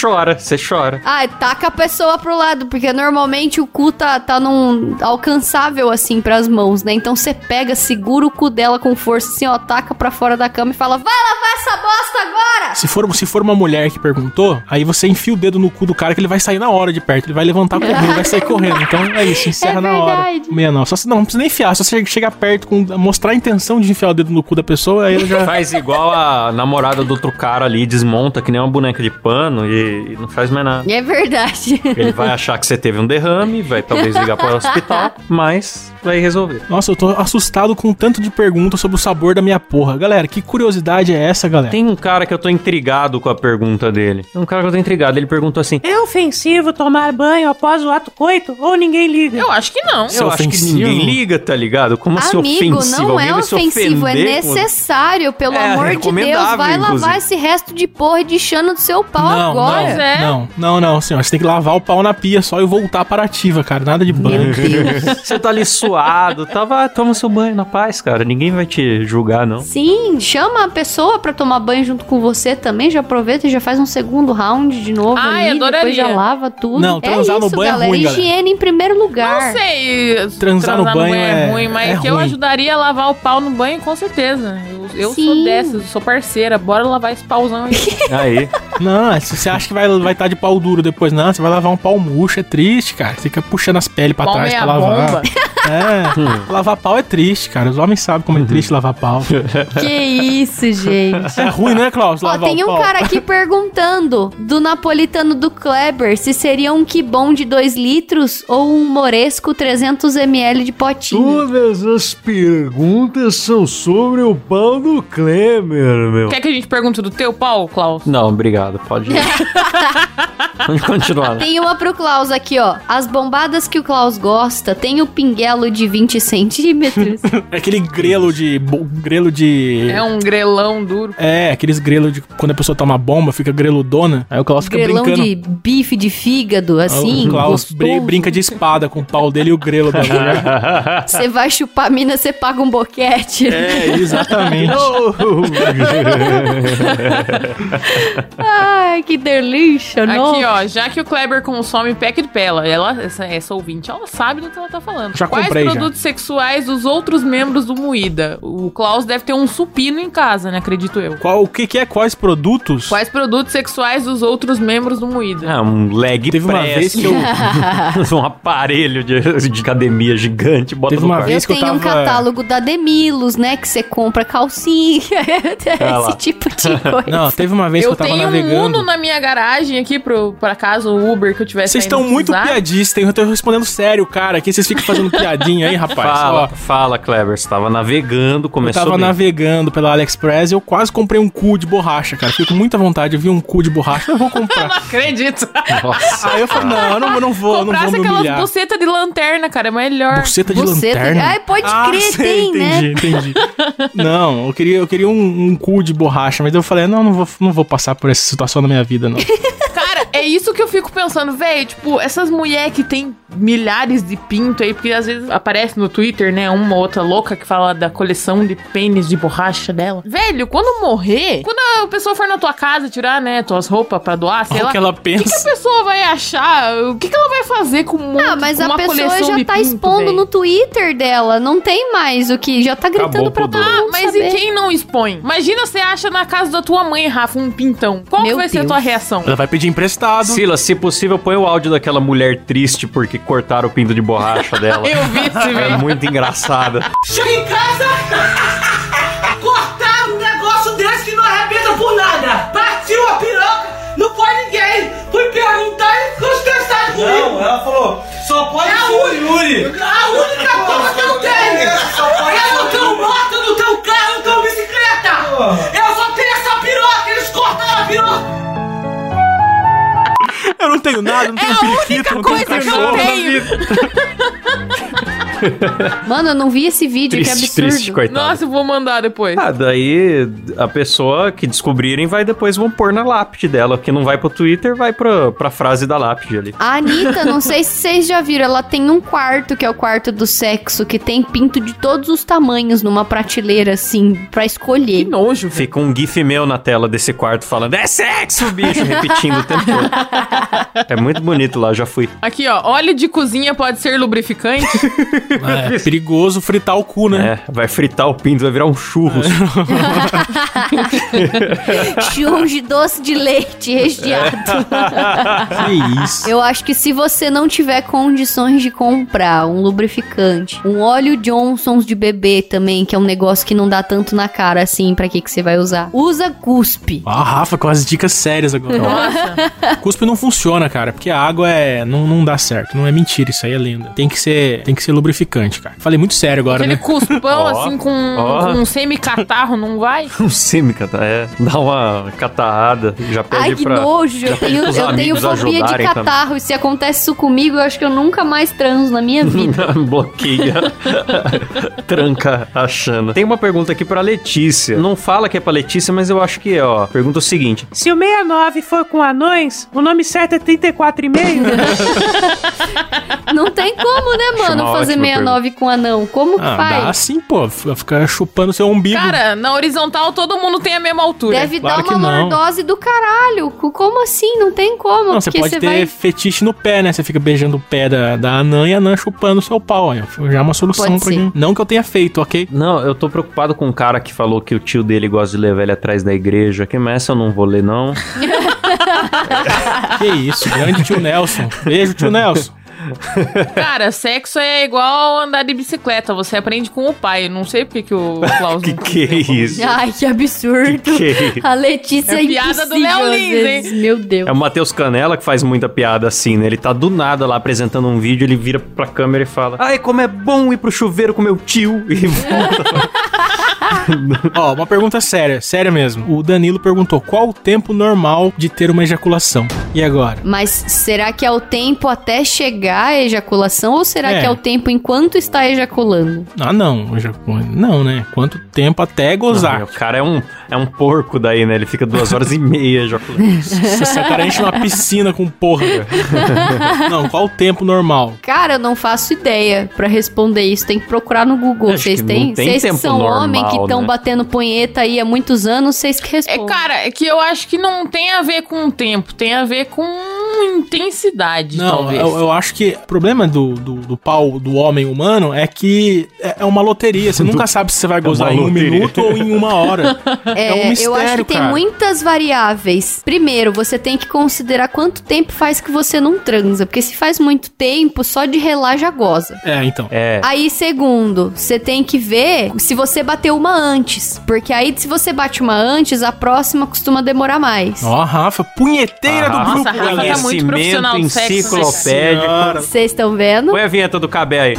Speaker 1: chora, você chora.
Speaker 3: Ah, taca a pessoa pro lado, porque normalmente o cu tá, tá num alcançável assim pras mãos, né? Então você pega, segura o cu dela com força assim, ó, taca pra fora da cama e fala: "Vai lavar essa bosta agora!
Speaker 2: Se for, se for uma mulher que perguntou, aí você enfia o dedo no cu do cara que ele vai sair na hora de perto. Ele vai levantar correndo, ele vai sair correndo. Então é isso, encerra
Speaker 3: É
Speaker 2: na hora.
Speaker 3: verdade.
Speaker 2: Meia não. Só se não, não precisa nem enfiar, só se chegar perto com mostrar a intenção de enfiar o dedo no cu da pessoa, aí ele já.
Speaker 1: Faz igual a namorada do outro cara ali, desmonta que nem uma boneca de pano e, e não faz mais nada.
Speaker 3: É verdade.
Speaker 1: Ele vai achar que você teve um derrame, vai talvez ligar para o hospital, mas vai resolver.
Speaker 2: Nossa, eu tô assustado com o tanto de perguntas sobre o sabor da minha porra. Galera, que curiosidade é essa, galera?
Speaker 1: Tem um cara que eu tô intrigado com a pergunta dele. Tem um cara que eu tô intrigado, ele perguntou assim:
Speaker 6: É ofensivo tomar banho após o ato coito ou ninguém liga?
Speaker 4: Eu acho que não.
Speaker 2: Isso é
Speaker 1: Eu acho que
Speaker 2: ofensivo?
Speaker 1: ninguém liga, tá ligado? Como se
Speaker 3: Amigo,
Speaker 1: ofensivo.
Speaker 3: não
Speaker 1: Alguém
Speaker 3: é
Speaker 1: vai se
Speaker 3: ofensivo, é
Speaker 1: ofender com-
Speaker 3: necessário, pelo
Speaker 1: É,
Speaker 3: amor de Deus.
Speaker 1: recomendável,
Speaker 3: Vai lavar
Speaker 1: inclusive.
Speaker 3: esse resto de porra e de chana do seu pau agora.
Speaker 2: não,
Speaker 4: é.
Speaker 2: não, não, não, senhora. Você tem que lavar o pau na pia só e voltar para a ativa, cara. Nada de banho.
Speaker 1: Você tá ali suado, tava, "Ah, toma seu banho na paz, cara. Ninguém vai te julgar, não.
Speaker 3: Sim, chama a pessoa pra tomar banho junto com você também, já aproveita e já faz um segundo round de novo
Speaker 4: Ai,
Speaker 3: ali, depois
Speaker 4: adoraria.
Speaker 3: já lava tudo.
Speaker 2: Não,
Speaker 1: então
Speaker 3: é
Speaker 2: transar no
Speaker 3: isso,
Speaker 2: banho é
Speaker 3: galera.
Speaker 2: ruim, galera.
Speaker 3: Higiene em primeiro lugar.
Speaker 4: Não sei. Transar,
Speaker 2: no banho é-
Speaker 4: ruim, mas
Speaker 2: é
Speaker 4: que eu
Speaker 2: ruim.
Speaker 4: ajudaria a lavar o pau no banho, com certeza. Eu, eu
Speaker 3: Sim.
Speaker 4: sou dessas, sou parceira. Bora lavar esse pauzão aí.
Speaker 1: Aí.
Speaker 2: Não, se você acha que vai estar vai tá de pau duro depois, não, você vai lavar um pau murcho, é triste, cara. Fica puxando as peles pra
Speaker 4: Pau
Speaker 2: trás pra
Speaker 4: meia
Speaker 2: lavar.
Speaker 4: bomba.
Speaker 2: É, lavar pau é triste, cara. Os homens sabem como é triste lavar pau.
Speaker 3: Que isso, gente.
Speaker 2: É ruim, né, Klaus?
Speaker 3: Ó,
Speaker 2: Lavar
Speaker 3: tem
Speaker 2: o
Speaker 3: um
Speaker 2: pau.
Speaker 3: cara aqui perguntando do napolitano do Kleber se seria um quibom de 2 litros ou um moresco 300ml de potinho.
Speaker 7: Todas as perguntas são sobre o pau do Klemer, meu.
Speaker 4: Quer que a gente pergunte do teu pau, Klaus?
Speaker 1: Não, obrigado. Pode. Vamos continuar. né?
Speaker 3: Tem uma pro Klaus aqui, ó. As bombadas que o Klaus gosta tem o pinguelo de 20 centímetros.
Speaker 2: É aquele grelo de. bo- grelo de.
Speaker 4: É um grelão duro.
Speaker 2: É, aqueles grelos de. Quando a pessoa toma bomba, fica greludona. Aí o Klaus fica
Speaker 3: grelão
Speaker 2: brincando.
Speaker 3: de bife de fígado, assim.
Speaker 2: o Klaus
Speaker 3: gostoso.
Speaker 2: brin- brinca de espada com o pau dele e o grelo da mulher.
Speaker 3: Você vai chupar a mina, você paga um boquete.
Speaker 2: É, exatamente.
Speaker 3: Ai, que delícia, não?
Speaker 4: Aqui, ó, já que o Kleber consome pack de pela, ela, essa, essa ouvinte, ela sabe do que ela tá falando.
Speaker 2: Já
Speaker 4: Quais
Speaker 2: comprei, já.
Speaker 4: produtos sexuais dos outros membros do Moída? O Klaus deve ter um supino em casa, né? Acredito eu.
Speaker 2: Qual, o que, que é? Quais produtos?
Speaker 4: Quais produtos sexuais dos outros membros do Moída?
Speaker 1: Ah, um leg
Speaker 2: Teve uma
Speaker 1: press.
Speaker 2: vez que eu.
Speaker 1: um aparelho de, de academia gigante, bota
Speaker 2: Teve
Speaker 1: no
Speaker 2: uma
Speaker 1: quarto.
Speaker 3: Eu
Speaker 2: vez que eu
Speaker 3: tenho um
Speaker 2: tava-
Speaker 1: é.
Speaker 3: catálogo da Demilos, né? Que você compra calcinha,
Speaker 1: Ah lá.
Speaker 3: esse tipo de coisa.
Speaker 2: Não, teve uma vez
Speaker 4: Eu
Speaker 2: que eu tava
Speaker 4: tenho um
Speaker 2: navegando.
Speaker 4: Uno na minha garagem aqui, pro, por acaso, o Uber que eu tivesse
Speaker 2: Vocês estão muito
Speaker 4: piadinhos.
Speaker 2: piadistas, eu tô respondendo sério, cara. Que vocês ficam fazendo piadinha aí, rapaz.
Speaker 1: Fala,
Speaker 2: Ó,
Speaker 1: fala, Kleber. Você tava navegando,
Speaker 2: eu
Speaker 1: começou
Speaker 2: tava
Speaker 1: bem.
Speaker 2: navegando pela AliExpress e eu quase comprei um cu de borracha, cara. Fico com muita vontade, eu vi um cu de borracha, eu vou comprar.
Speaker 4: Acredito.
Speaker 1: Nossa.
Speaker 2: aí eu falei, não, eu não, não vou, não vou
Speaker 4: Comprasse
Speaker 2: me
Speaker 4: aquelas
Speaker 2: humilhar.
Speaker 4: bucetas de lanterna, cara, é melhor.
Speaker 2: Buceta de
Speaker 3: Você
Speaker 2: lanterna?
Speaker 4: É,
Speaker 3: Ai, pode
Speaker 4: Ah,
Speaker 3: crer,
Speaker 2: Ah, sei,
Speaker 3: tem, né?
Speaker 2: entendi, entendi. Não, eu queria, eu queria um, um cu de borracha, mas eu falei, não, não vou, não vou passar por essa situação na minha vida, não.
Speaker 4: Cara, é isso que eu fico pensando, velho. Tipo, essas mulheres que tem milhares de pinto aí, porque às vezes aparece no Twitter, né? Uma ou outra louca que fala da coleção de pênis de borracha dela. Velho, quando morrer, quando a pessoa for na tua casa tirar, né, tuas roupas pra doar, sei
Speaker 2: Olha
Speaker 4: lá.
Speaker 2: o que ela
Speaker 4: O que, que a
Speaker 2: pensa.
Speaker 4: pessoa vai achar? O que, que ela vai fazer com um monte,
Speaker 3: Ah, mas
Speaker 4: com
Speaker 3: a
Speaker 4: uma
Speaker 3: pessoa
Speaker 4: coleção
Speaker 3: já
Speaker 4: de
Speaker 3: tá
Speaker 4: pinto,
Speaker 3: expondo
Speaker 4: véi?
Speaker 3: no Twitter dela. Não tem mais o que. Já tá gritando
Speaker 1: Acabou
Speaker 3: pra
Speaker 1: o
Speaker 3: todo
Speaker 1: pudor.
Speaker 3: mundo.
Speaker 4: Ah, Mas
Speaker 3: saber.
Speaker 4: e quem não expõe? Imagina você acha na casa da tua mãe, Rafa, um pintão. Qual que
Speaker 3: Meu
Speaker 4: vai ser a tua
Speaker 3: Deus.
Speaker 4: reação?
Speaker 2: Ela vai pedir emprestado.
Speaker 1: Sila, se possível, põe o áudio daquela mulher triste porque cortaram o pinto de borracha dela.
Speaker 4: Eu vi esse
Speaker 1: É
Speaker 4: velho.
Speaker 1: muito engraçada.
Speaker 8: Chega em casa, cortar um negócio desse que não arrebenta por nada. Partiu a piroca, não pode ninguém. Fui perguntar e ficou estressado comigo. Não, ela falou, só pode é o Yuri. A única porra que eu tenho. Eu não tenho moto, eu não tenho carro, eu não tenho bicicleta. Eu só tenho essa piroca, eles cortaram a piroca.
Speaker 2: Eu não tenho nada, não tenho periquito, não tenho
Speaker 4: coisa que eu
Speaker 2: cachorro.
Speaker 4: tenho.
Speaker 3: Mano, eu não vi esse vídeo, que
Speaker 1: Triste,
Speaker 3: absurdo.
Speaker 1: triste, coitada.
Speaker 4: Nossa, eu vou mandar depois.
Speaker 1: Ah, daí a pessoa que descobrirem vai depois vão pôr na lápide dela. Que não vai pro Twitter, vai pra, pra frase da lápide ali.
Speaker 3: A Anitta, não sei se vocês já viram, ela tem um quarto, que é o quarto do sexo, que tem pinto de todos os tamanhos numa prateleira, assim, pra
Speaker 4: que
Speaker 3: escolher.
Speaker 4: nojo, velho.
Speaker 1: Fica um gif meu na tela desse quarto falando É sexo, bicho! Repetindo o tempo todo. É muito bonito lá, já fui.
Speaker 4: Aqui, ó. Óleo de cozinha pode ser lubrificante?
Speaker 2: É, é perigoso fritar o cu, né?
Speaker 1: É, vai fritar o pinto, vai virar um churros.
Speaker 3: É. Churros de doce de leite recheado.
Speaker 2: É. Que isso.
Speaker 3: Eu acho que se você não tiver condições de comprar um lubrificante, um óleo Johnson's de bebê também, que é um negócio que não dá tanto na cara assim, pra que que você vai usar? Usa cuspe.
Speaker 2: Ah, Rafa, com as dicas sérias agora. Cuspe não funciona, cara, porque a água é não, não dá certo, não é mentira, isso aí é lenda. Tem que ser, tem que ser lubrificante, cara. Falei muito sério agora,
Speaker 4: Aquele
Speaker 2: né?
Speaker 4: cuspão,
Speaker 1: Ó,
Speaker 4: assim, com,
Speaker 1: ó.
Speaker 4: com um semicatarro, não vai?
Speaker 1: um sêmica, é. Dá uma catarrada, já pede
Speaker 3: Ai, que
Speaker 1: pra...
Speaker 3: nojo. Eu
Speaker 1: já pede
Speaker 3: tenho,
Speaker 1: pros
Speaker 3: eu tenho
Speaker 1: amigos
Speaker 3: fobia de
Speaker 1: ajudarem também.
Speaker 3: catarro. E se acontece isso comigo, eu acho que eu nunca mais transo na minha vida.
Speaker 1: Bloqueia. Tranca a Xana. Tem uma pergunta aqui pra Letícia. Não fala que é pra Letícia, mas eu acho que é, ó. Pergunta o seguinte:
Speaker 6: Se o 69 for com anões, o nome certo é 34,5?
Speaker 3: Não tem como, né, mano,
Speaker 1: uma
Speaker 3: fazer
Speaker 1: ótima
Speaker 3: 69 com anão. Como que
Speaker 2: Ah, dá
Speaker 3: faz?
Speaker 2: assim, pô. f- Ficar chupando seu umbigo.
Speaker 4: Cara, na horizontal todo mundo tem a
Speaker 1: né?
Speaker 4: mesma altura.
Speaker 3: Deve dar
Speaker 2: claro que
Speaker 3: uma
Speaker 2: não.
Speaker 3: lordose do caralho. Co- Como assim? Não tem como.
Speaker 2: não, você
Speaker 3: porque
Speaker 2: pode
Speaker 3: você
Speaker 2: ter
Speaker 3: vai.
Speaker 2: fetiche no pé, né? Você fica beijando o pé da, da anã e a anã chupando o seu pau. Aí, já é uma solução
Speaker 3: Pode
Speaker 2: pra
Speaker 3: ser.
Speaker 2: mim. Não que eu tenha feito, ok?
Speaker 1: Não, eu tô preocupado com um cara que falou que o tio dele gosta de levar ele atrás da igreja. Que mas essa eu não vou ler, não.
Speaker 2: Que isso, grande tio Nelson. Beijo, tio Nelson.
Speaker 4: Cara, sexo é igual andar de bicicleta. Você aprende com o pai. Não sei porque que o Klaus.
Speaker 1: que
Speaker 4: não-
Speaker 1: que é isso?
Speaker 3: Ai, que absurdo.
Speaker 1: Que- é
Speaker 3: A Letícia é,
Speaker 4: É piada do
Speaker 3: impossível
Speaker 4: Léo
Speaker 3: às
Speaker 4: Lins,
Speaker 3: vezes. Meu Deus.
Speaker 1: É o Matheus Canela que faz muita piada assim, né? Ele tá do nada lá apresentando um vídeo, ele vira pra câmera e fala: Ai, como é bom ir pro chuveiro com meu tio. E volta.
Speaker 2: Ó, uma pergunta séria, séria mesmo. O Danilo perguntou qual o tempo normal de ter uma ejaculação. E agora?
Speaker 3: Mas será que é o tempo até chegar à ejaculação ou será
Speaker 2: É.
Speaker 3: que é o tempo enquanto está ejaculando?
Speaker 2: Ah, não. eja- Não, né? Quanto tempo até gozar?
Speaker 1: o cara é um, é um porco daí, né? Ele fica duas horas e meia ejaculando.
Speaker 2: Se essa cara enche uma piscina com porra. cara. Não, qual o tempo normal?
Speaker 3: Cara, eu não faço ideia pra responder isso. Tem que procurar no Google.
Speaker 1: Acho
Speaker 3: Vocês
Speaker 1: que
Speaker 3: têm?
Speaker 1: não tem
Speaker 3: Vocês que
Speaker 1: tempo
Speaker 3: são
Speaker 1: normal,
Speaker 3: homens que estão
Speaker 1: né?
Speaker 3: batendo punheta aí há muitos anos, vocês que
Speaker 4: É,
Speaker 3: respondem.
Speaker 4: cara, é que eu acho que não tem a ver com o tempo, tem a ver com intensidade,
Speaker 2: Não,
Speaker 4: talvez.
Speaker 2: eu, eu acho que o problema do, do, do pau do homem humano é que é é uma loteria. Você nunca sabe se você vai gozar em um
Speaker 1: loteria.
Speaker 2: minuto ou em uma hora.
Speaker 3: É,
Speaker 2: É um mistério,
Speaker 3: eu acho que tem
Speaker 2: cara.
Speaker 3: muitas variáveis. Primeiro, você tem que considerar quanto tempo faz que você não transa, porque se faz muito tempo, só de relar já goza.
Speaker 2: É, então.
Speaker 1: É.
Speaker 3: Aí, segundo, você tem que ver se você bateu uma antes, porque aí se você bate uma antes, a próxima costuma demorar mais.
Speaker 2: Ó, a Rafa, punheteira
Speaker 1: Ah,
Speaker 2: do grupo.
Speaker 4: Rafa tá
Speaker 2: galera.
Speaker 4: muito profissional do sexo, né?
Speaker 1: enciclopédico.
Speaker 3: Vocês estão vendo?
Speaker 1: Põe a vinheta do Cabé aí.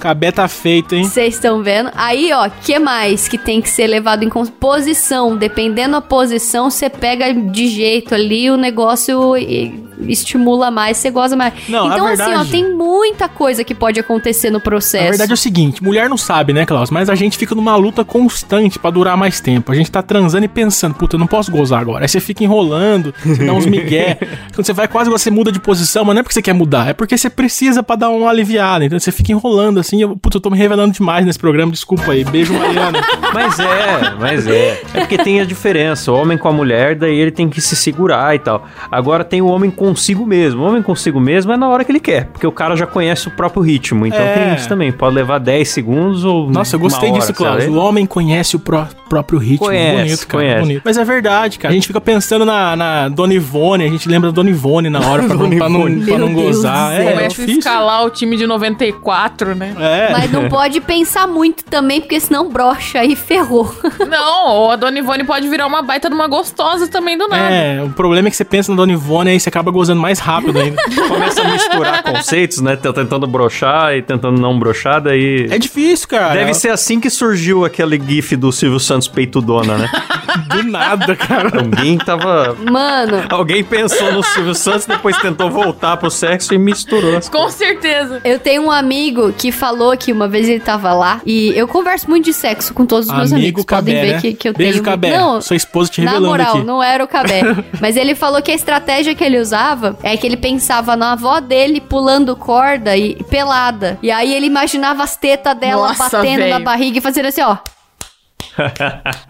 Speaker 2: Cabé tá feito, hein?
Speaker 3: Vocês estão vendo? Aí, ó, que mais que tem que ser levado em conta? Posição. Dependendo da posição, você pega de jeito ali, o negócio e- estimula mais, você goza mais.
Speaker 2: Não, a
Speaker 3: então, assim,
Speaker 2: verdade-
Speaker 3: ó, tem muita coisa que pode acontecer no processo.
Speaker 2: Na verdade é o seguinte, mulher não sabe, né, Klaus? Mas a gente fica numa luta constante pra durar mais tempo. A gente tá transando e pensando, puta, eu não posso gozar agora. Aí você fica enrolando, você dá uns migué. Quando você vai quase, você muda de posição, mas não é porque você quer mudar, é porque você precisa pra dar uma aliviada. Então você fica enrolando assim, eu, puta, eu tô me revelando demais nesse programa, desculpa aí. Beijo, Mariana.
Speaker 1: Mas é, mas é. É porque tem a diferença. O homem com a mulher, daí ele tem que se segurar e tal. Agora tem o homem consigo mesmo. O homem consigo mesmo é na hora que ele quer, porque o cara já conhece o próprio ritmo. Então
Speaker 2: É.
Speaker 1: tem isso também. Pode levar 10 segundos ou.
Speaker 2: Nossa, eu gostei
Speaker 1: uma hora,
Speaker 2: disso, Klaus.
Speaker 1: sabe?
Speaker 2: O homem conhece o pró- próprio ritmo.
Speaker 1: Conhece,
Speaker 2: bonito, cara.
Speaker 1: conhece.
Speaker 2: Bonito. Mas é verdade, cara. A gente fica pensando na, na Dona Ivone, a gente lembra da Dona Ivone na hora pra, não- pra não,
Speaker 3: Ivone.
Speaker 2: pra não
Speaker 3: Meu Deus
Speaker 2: gozar.
Speaker 3: do céu.
Speaker 2: É, é
Speaker 4: Começa a
Speaker 2: difícil.
Speaker 4: escalar o time de 94, né?
Speaker 2: É.
Speaker 3: Mas não pode pensar muito também, porque senão brocha e ferrou.
Speaker 4: Não, ou a Dona Ivone pode virar uma baita de uma gostosa também do nada.
Speaker 2: É, o problema é que você pensa na Dona Ivone aí você acaba gozando mais rápido ainda.
Speaker 1: Começa a misturar conceitos, né? Tá Tentando brochar e tentando não brochar, daí.
Speaker 2: é difícil, cara.
Speaker 1: Deve ser assim que surgiu aquele gif do Silvio Santos peitudona, né?
Speaker 2: do nada, cara.
Speaker 1: Alguém tava.
Speaker 3: Mano,
Speaker 1: Alguém pensou no Silvio Santos, depois tentou voltar pro sexo e misturou.
Speaker 4: Com certeza.
Speaker 3: eu tenho um amigo que falou que uma vez ele tava lá e eu converso muito de sexo com todos os meus amigos. Podem
Speaker 2: Cabé,
Speaker 3: ver
Speaker 2: né?
Speaker 3: que, que eu
Speaker 2: Beijo,
Speaker 3: tenho.
Speaker 2: Cabé.
Speaker 3: Não,
Speaker 2: Sua esposa te
Speaker 3: Na
Speaker 2: revelando
Speaker 3: moral,
Speaker 2: aqui.
Speaker 3: não era o Cabé. Mas ele falou que a estratégia que ele usava é que ele pensava na avó dele pulando corda e e pelada. E aí ele imaginava as tetas dela
Speaker 4: Nossa,
Speaker 3: batendo na
Speaker 4: velho.
Speaker 3: barriga e fazendo assim, ó.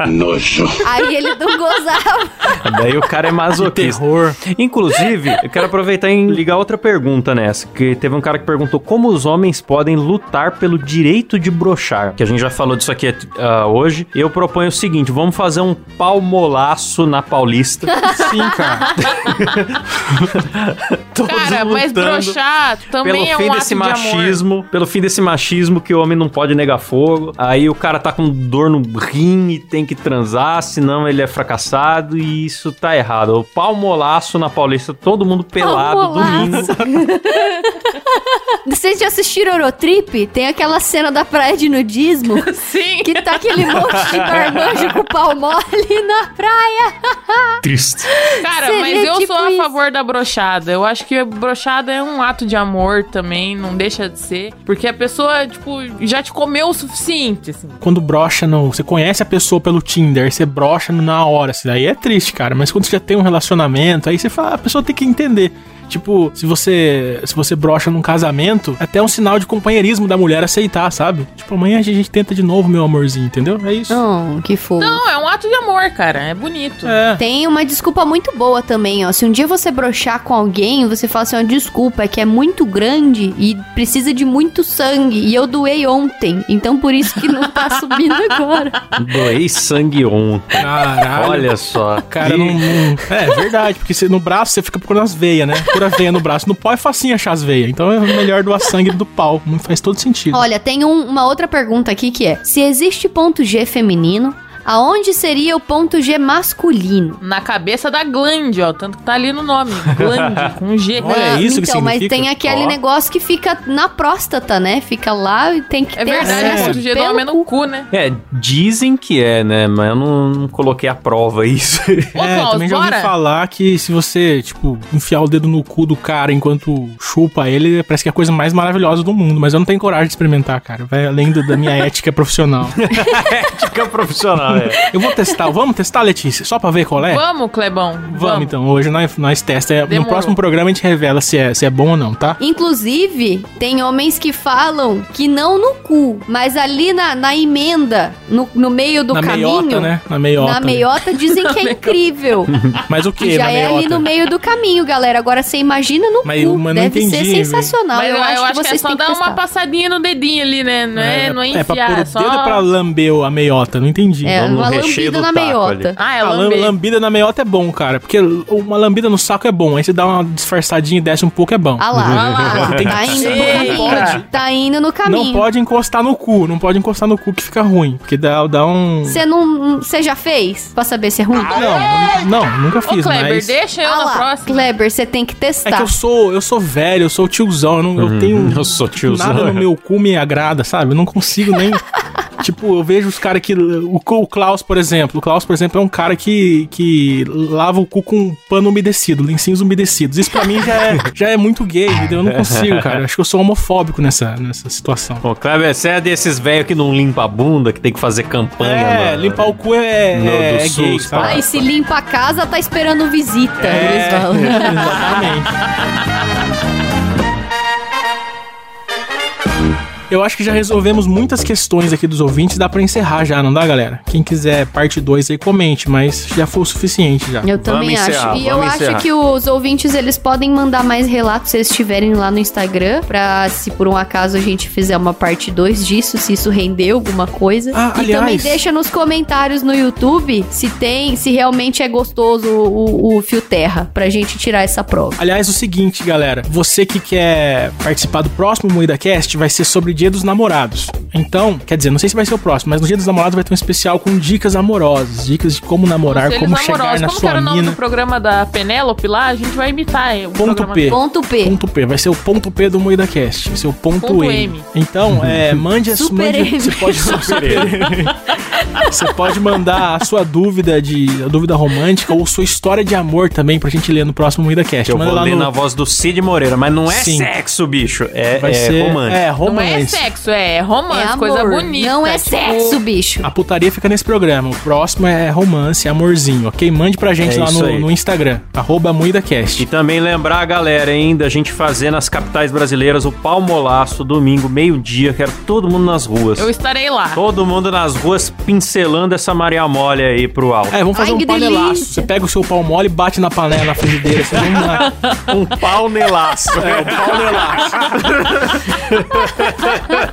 Speaker 3: Aí ele não gozava.
Speaker 1: Daí o cara é masoquista.
Speaker 2: Terror.
Speaker 1: Inclusive, eu quero aproveitar e ligar outra pergunta nessa, que teve um cara que perguntou como os homens podem lutar pelo direito de brochar, que a gente já falou disso aqui ah, hoje. Eu proponho o seguinte, vamos fazer um palmolaço na Paulista.
Speaker 2: Sim, cara.
Speaker 1: Todos
Speaker 4: Cara, mas
Speaker 1: lutando
Speaker 4: broxar também
Speaker 1: pelo
Speaker 4: é
Speaker 1: fim
Speaker 4: um
Speaker 1: desse
Speaker 4: ato de amor.
Speaker 1: machismo, pelo fim desse machismo que o homem não pode negar fogo. Aí o cara tá com dor no rim e tem que transar, senão ele é fracassado e isso tá errado. O palmolaço na Paulista, todo mundo pelado domingo.
Speaker 3: Palmolaço. Vocês já assistiram Eurotrip? Tem aquela cena da praia de nudismo.
Speaker 4: Sim.
Speaker 3: Que tá aquele monte de marmanjo com o pau mole na praia.
Speaker 1: Triste.
Speaker 4: Cara,
Speaker 3: Seria
Speaker 4: mas eu
Speaker 3: tipo
Speaker 4: sou a
Speaker 3: isso.
Speaker 4: favor da brochada. Eu acho que a brochada é um ato de amor também, não deixa de ser. Porque a pessoa, tipo, já te comeu o suficiente, assim.
Speaker 2: Quando brocha no. Você conhece a pessoa pelo Tinder, você brocha no- na hora. Isso daí é triste, cara. Mas quando você já tem um relacionamento, aí você fala, a pessoa tem que entender. Tipo, se você se você brocha num casamento, é até um sinal de companheirismo da mulher aceitar, sabe? Tipo, amanhã a gente tenta de novo, meu amorzinho, entendeu? É isso.
Speaker 3: Não, Oh, que fofo.
Speaker 4: Não, é um ato de amor, cara. É bonito.
Speaker 2: É.
Speaker 3: Tem uma desculpa muito boa também, ó. Se um dia você broxar com alguém, você fala assim, ó, desculpa, é que é muito grande e precisa de muito sangue. E eu doei ontem, então por isso que não tá subindo agora.
Speaker 1: Doei sangue ontem.
Speaker 2: Caralho.
Speaker 1: Olha só.
Speaker 2: Cara,
Speaker 1: E-
Speaker 2: não, não- É verdade, porque você- no braço você fica procurando as veias, né? Procura veia no braço. No pau é facinho achar as veias. Então é melhor doar sangue do pau. Não Faz todo sentido.
Speaker 3: Olha, tem um- uma outra pergunta aqui que é: se existe ponto G feminino, aonde seria o ponto G masculino?
Speaker 4: Na cabeça da glande, ó. Tanto que tá ali no nome. Glande, com G.
Speaker 2: Olha
Speaker 3: Ah,
Speaker 2: isso que
Speaker 3: então, mas
Speaker 2: significa?
Speaker 3: tem aquele
Speaker 2: Ó.
Speaker 3: negócio que fica na próstata, né? Fica lá e tem que
Speaker 4: É
Speaker 3: ter
Speaker 4: verdade,
Speaker 2: É.
Speaker 4: esse
Speaker 3: acesso
Speaker 4: sujeito
Speaker 3: pelo
Speaker 4: homem no cu, né?
Speaker 1: É, dizem que é, né? Mas eu não, não coloquei a prova isso.
Speaker 4: Ô,
Speaker 2: é,
Speaker 4: Klaus,
Speaker 2: também já ouvi
Speaker 4: bora?
Speaker 2: falar que se você, tipo, enfiar o dedo no cu do cara enquanto chupa ele, parece que é a coisa mais maravilhosa do mundo. Mas eu não tenho coragem de experimentar, cara. Vai além do- da minha ética profissional.
Speaker 1: Fica profissional, é.
Speaker 2: Eu vou testar. Vamos testar, Letícia? Só pra ver qual é?
Speaker 4: Vamos, Clebão. Vamos.
Speaker 2: Vamos, então. Hoje nós, nós testa. É, No
Speaker 4: Demorou.
Speaker 2: próximo programa a gente revela se é, se é bom ou não, tá?
Speaker 3: Inclusive, tem homens que falam que não no cu, mas ali na, na emenda, no, no meio do
Speaker 2: Na
Speaker 3: caminho.
Speaker 2: meiota, né? Na meiota.
Speaker 3: Na
Speaker 2: ali.
Speaker 3: meiota dizem que é incrível.
Speaker 2: Mas o que?
Speaker 3: Que já
Speaker 2: na
Speaker 3: é
Speaker 2: meiota?
Speaker 3: ali no meio do caminho, galera. Agora você imagina no
Speaker 2: Mas
Speaker 3: cu.
Speaker 2: eu- mas não
Speaker 3: Deve ser
Speaker 2: entendi, velho.
Speaker 3: sensacional.
Speaker 4: Mas
Speaker 3: eu, acho que
Speaker 4: é
Speaker 3: vocês
Speaker 4: só
Speaker 3: têm que
Speaker 4: dar uma
Speaker 3: testar.
Speaker 4: passadinha no dedinho ali, né? Não é, não é enfiar,
Speaker 2: é pra pôr o
Speaker 4: só...
Speaker 2: dedo pra lamber o- a meiota, não entendi.
Speaker 3: É,
Speaker 1: Não, no
Speaker 3: uma
Speaker 1: recheio
Speaker 3: lambida
Speaker 1: do
Speaker 3: na
Speaker 1: taco
Speaker 3: meiota.
Speaker 4: Ah, é
Speaker 2: A lam-
Speaker 4: lamber.
Speaker 2: lambida na meiota é bom, cara, porque l- uma lambida no saco é bom, aí você dá uma disfarçadinha e desce um pouco é bom.
Speaker 3: Ah lá, ah lá.
Speaker 2: Tem que-
Speaker 3: Tá indo no
Speaker 4: Eita.
Speaker 3: caminho. Tá indo no
Speaker 2: Não
Speaker 3: caminho.
Speaker 2: pode encostar no cu, não pode encostar no cu que fica ruim, porque dá, dá um...
Speaker 3: Você não. Você já fez? Pra saber se é ruim?
Speaker 2: Não, não, nunca
Speaker 4: Ô,
Speaker 2: fiz,
Speaker 4: Kleber,
Speaker 2: mas...
Speaker 4: deixa eu
Speaker 3: Ah
Speaker 4: na
Speaker 3: lá,
Speaker 4: próxima.
Speaker 3: Kleber, você tem que
Speaker 2: É que
Speaker 3: testar.
Speaker 2: eu sou, eu sou velho, eu sou tiozão, eu, não, eu tenho...
Speaker 1: Uhum. Eu sou tiozão. é.
Speaker 2: Nada no meu cu me agrada, sabe? Eu não consigo nem... tipo, eu vejo os caras que... O, o Klaus, por exemplo. O Klaus, por exemplo, é um cara que, que lava o cu com um pano umedecido, lencinhos umedecidos. Isso pra mim já é, já é muito gay, entendeu? Eu não consigo, cara. Eu acho que eu sou homofóbico nessa, nessa situação.
Speaker 1: Ô, Kleber, você é desses velhos que não limpa a bunda, que tem que fazer campanha,
Speaker 2: É,
Speaker 1: mano.
Speaker 2: limpar o cu é,
Speaker 1: No-
Speaker 2: é,
Speaker 1: do
Speaker 2: é gay,
Speaker 1: SUS,
Speaker 2: sabe?
Speaker 3: Ai, Tá, se limpa a casa, tá esperando visita.
Speaker 1: É.
Speaker 3: Eles falam.
Speaker 2: Exatamente. Eu acho que já resolvemos muitas questões aqui dos ouvintes, dá pra encerrar já, não dá, galera? Quem quiser parte 2 aí, comente, mas já foi o suficiente já.
Speaker 3: Eu também
Speaker 1: encerrar,
Speaker 3: acho. E eu
Speaker 1: vamos encerrar.
Speaker 3: acho que os ouvintes, eles podem mandar mais relatos se eles estiverem lá no Instagram, pra se por um acaso a gente fizer uma parte 2 disso, se isso render alguma coisa.
Speaker 2: Ah,
Speaker 3: e
Speaker 2: aliás-
Speaker 3: também deixa nos comentários no YouTube se tem, se realmente é gostoso o, o fio terra, pra gente tirar essa prova.
Speaker 2: Aliás, o seguinte, galera. Você que quer participar do próximo Moída Cast vai ser sobre Dia dos Namorados. Então, quer dizer, não sei se vai ser o próximo, mas no Dia dos Namorados vai ter um especial com dicas amorosas, dicas de como namorar,
Speaker 4: Conselhos
Speaker 2: como chegar
Speaker 4: amorosos.
Speaker 2: na
Speaker 4: Como que
Speaker 2: sua
Speaker 4: era o nome do
Speaker 2: mina.
Speaker 4: programa da Penélope lá? A gente vai imitar. é, o
Speaker 2: Ponto
Speaker 4: programa.
Speaker 2: P.
Speaker 3: Ponto P.
Speaker 2: Ponto P, vai ser o ponto P do Moída Cast, vai ser o ponto,
Speaker 4: Ponto
Speaker 2: M.
Speaker 4: M.
Speaker 2: Então, é, mande a sua.
Speaker 3: Super
Speaker 2: mande-
Speaker 3: M.
Speaker 2: Você pode, você pode mandar a sua dúvida de a dúvida romântica ou sua história de amor também pra gente ler no próximo Moída Cast.
Speaker 1: Eu
Speaker 2: Manda
Speaker 1: vou
Speaker 2: lá
Speaker 1: ler
Speaker 2: no-
Speaker 1: na voz do Cid Moreira, mas não é
Speaker 2: Sim.
Speaker 1: sexo, bicho. É,
Speaker 2: vai
Speaker 1: é
Speaker 2: ser
Speaker 1: romântico.
Speaker 2: É,
Speaker 4: Não é
Speaker 2: romance. Romance.
Speaker 4: é sexo, é romance,
Speaker 3: É amor.
Speaker 4: coisa bonita.
Speaker 3: Não é
Speaker 4: tipo,
Speaker 3: sexo, bicho.
Speaker 2: A putaria fica nesse programa. O próximo é romance, amorzinho, ok? Mande pra gente
Speaker 1: É
Speaker 2: lá
Speaker 1: isso
Speaker 2: no,
Speaker 1: aí.
Speaker 2: no Instagram, arroba
Speaker 1: E
Speaker 2: MuidaCast.
Speaker 1: também lembrar a galera ainda, a gente fazer nas capitais brasileiras o palmolaço, domingo, meio-dia, quero todo mundo nas ruas.
Speaker 4: Eu estarei lá.
Speaker 1: Todo mundo nas ruas pincelando essa Maria Mole aí pro alto.
Speaker 2: É, vamos fazer
Speaker 3: Ai,
Speaker 2: um
Speaker 3: que
Speaker 2: panelaço.
Speaker 3: delícia.
Speaker 2: Você pega o seu pau mole e bate na panela, na frigideira. Assim, vamos lá.
Speaker 1: Um pau nelaço.
Speaker 2: É, o pau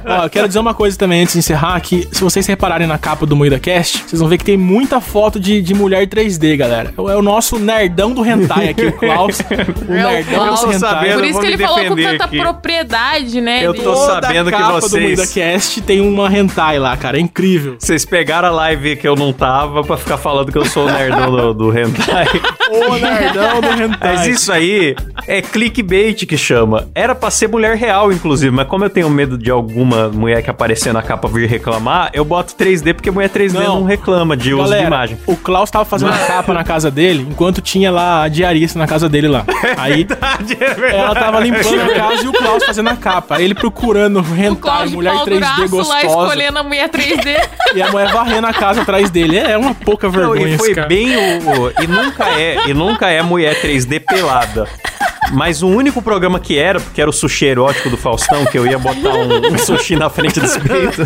Speaker 2: Ó, eu quero dizer uma coisa também antes de encerrar, que se vocês repararem na capa do Moída Cast, vocês vão ver que tem muita foto de, de mulher 3D, galera. É o é o nosso nerdão do hentai aqui, o Klaus. O
Speaker 4: É o
Speaker 2: nerdão
Speaker 4: Klaus,
Speaker 2: do hentai.
Speaker 1: eu
Speaker 4: Por
Speaker 1: não
Speaker 4: isso
Speaker 1: vou
Speaker 4: que
Speaker 1: me
Speaker 4: ele falou com
Speaker 1: defender
Speaker 4: tanta
Speaker 1: aqui.
Speaker 4: propriedade, né?
Speaker 1: Eu
Speaker 4: de-
Speaker 1: tô
Speaker 2: Toda
Speaker 1: sabendo que
Speaker 2: capa do
Speaker 1: vocês-
Speaker 2: MuidaCast tem uma hentai lá, cara. É incrível.
Speaker 1: Vocês pegaram a live que eu não tava pra ficar falando que eu sou o nerdão do, do hentai.
Speaker 2: O nerdão do hentai.
Speaker 1: Mas isso aí é clickbait que chama. Era pra ser mulher real, inclusive, mas como eu tenho medo de alguma mulher que aparecer na capa vir reclamar, eu boto 3D porque mulher 3D não,
Speaker 2: Não.
Speaker 1: reclama é de uso de
Speaker 2: Galera,
Speaker 1: imagem.
Speaker 2: o Klaus tava fazendo a capa na casa dele, enquanto tinha lá a diarista na casa dele lá. Aí
Speaker 1: É
Speaker 2: ela tava limpando a casa e o Klaus fazendo a capa. Aí ele procurando
Speaker 4: O
Speaker 2: hentai,
Speaker 4: Cláudio
Speaker 2: mulher
Speaker 4: Pau
Speaker 2: 3D
Speaker 4: Duraço lá
Speaker 2: gostosa.
Speaker 4: escolhendo a mulher 3D.
Speaker 2: E a mulher varrendo a casa atrás dele. É uma pouca
Speaker 1: Não,
Speaker 2: vergonha
Speaker 1: e
Speaker 2: esse
Speaker 1: foi
Speaker 2: cara.
Speaker 1: bem o, o- E nunca é, e nunca é mulher 3D pelada. Mas o único programa que era, porque era o sushi erótico do Faustão, que eu ia botar um, um sushi na frente do peito,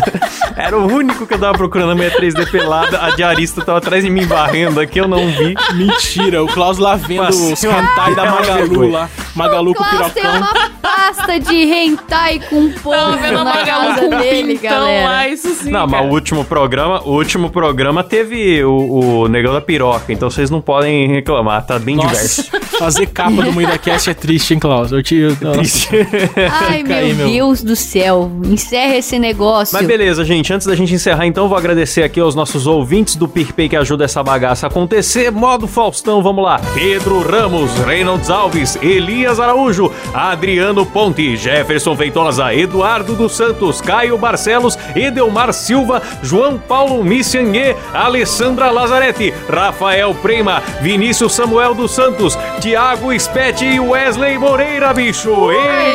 Speaker 1: era o único que eu tava procurando a mulher 3D pelada, a diarista tava atrás de mim varrendo aqui, eu não vi.
Speaker 2: Mentira, o Klaus lá vendo
Speaker 1: Passou
Speaker 2: os hentai da
Speaker 1: É uma
Speaker 2: Magalu
Speaker 1: vergonha.
Speaker 2: lá. Magalu com o
Speaker 3: Klaus tem
Speaker 2: pirocão.
Speaker 3: uma pasta de hentai com
Speaker 4: Tava
Speaker 3: povo
Speaker 4: vendo a
Speaker 3: na
Speaker 4: Magalu
Speaker 3: casa
Speaker 4: com um
Speaker 3: dele,
Speaker 4: pintão lá,
Speaker 3: galera.
Speaker 4: isso sim.
Speaker 1: não, mas
Speaker 4: cara.
Speaker 1: o último programa, o último programa teve o, o Negão da Piroca, então vocês não podem reclamar, tá bem diverso. É
Speaker 2: Nossa, fazer capa do MuidaCast é triste, hein, Klaus? Eu te... eu-
Speaker 3: Ai,
Speaker 2: Fica
Speaker 3: meu
Speaker 2: aí, meu.
Speaker 3: Deus do céu. Encerra esse negócio.
Speaker 1: Mas beleza, gente. Antes da gente encerrar, então, vou agradecer aqui aos nossos ouvintes do PicPay que ajuda essa bagaça a acontecer. Modo Faustão, vamos lá. Pedro Ramos, Reynolds Alves, Elias Araújo, Adriano Ponte, Jefferson Feitosa, Eduardo dos Santos, Caio Barcelos, Edelmar Silva, João Paulo Missiangue, Alessandra Lazarete, Rafael Prema, Vinícius Samuel dos Santos, Tiago Spete e Wesley Moreira, bicho. Eita!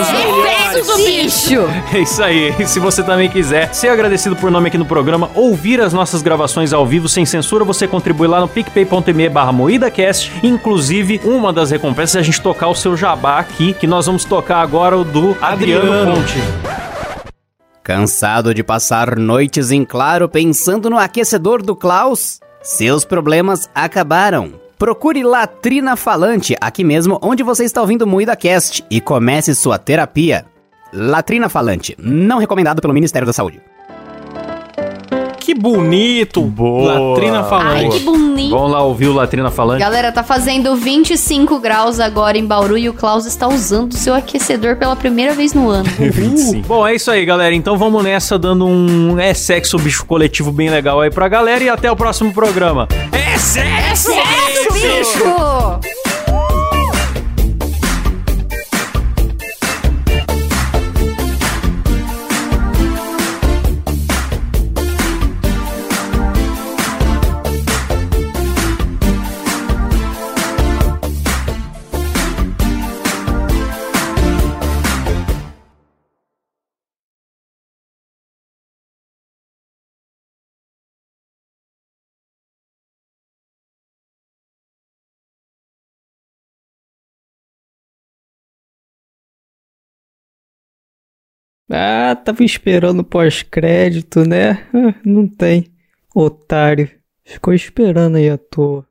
Speaker 3: Esse
Speaker 4: melhores.
Speaker 3: É, do bicho.
Speaker 1: É isso aí. E se você também quiser ser agradecido por nome aqui no programa, ouvir as nossas gravações ao vivo sem censura, você contribui lá no picpay.me barra moídacast. Inclusive, uma das recompensas é a gente tocar o seu jabá aqui, que nós vamos tocar agora o do Adriano,
Speaker 2: Adriano.
Speaker 1: Ponte.
Speaker 9: Cansado de passar noites em claro pensando no aquecedor do Klaus? Seus problemas acabaram. Procure Latrina Falante, aqui mesmo onde você está ouvindo o MuidaCast, e comece sua terapia. Latrina Falante, não recomendado pelo Ministério da Saúde.
Speaker 2: Que bonito.
Speaker 1: Boa.
Speaker 2: Latrina
Speaker 3: Ai,
Speaker 2: falante.
Speaker 3: que bonito.
Speaker 1: Vamos lá ouvir o Latrina falante.
Speaker 3: Galera, tá fazendo 25 graus agora em Bauru e o Klaus está usando o seu aquecedor pela primeira vez no ano.
Speaker 1: Uh, Bom, é isso aí, galera. Então vamos nessa, dando um é sexo bicho coletivo bem legal aí pra galera e até o próximo programa. É sexo!
Speaker 3: Sexo, bicho!
Speaker 5: Ah, tava esperando o pós-crédito, né? Ah, Não tem. Otário. Ficou esperando aí à toa.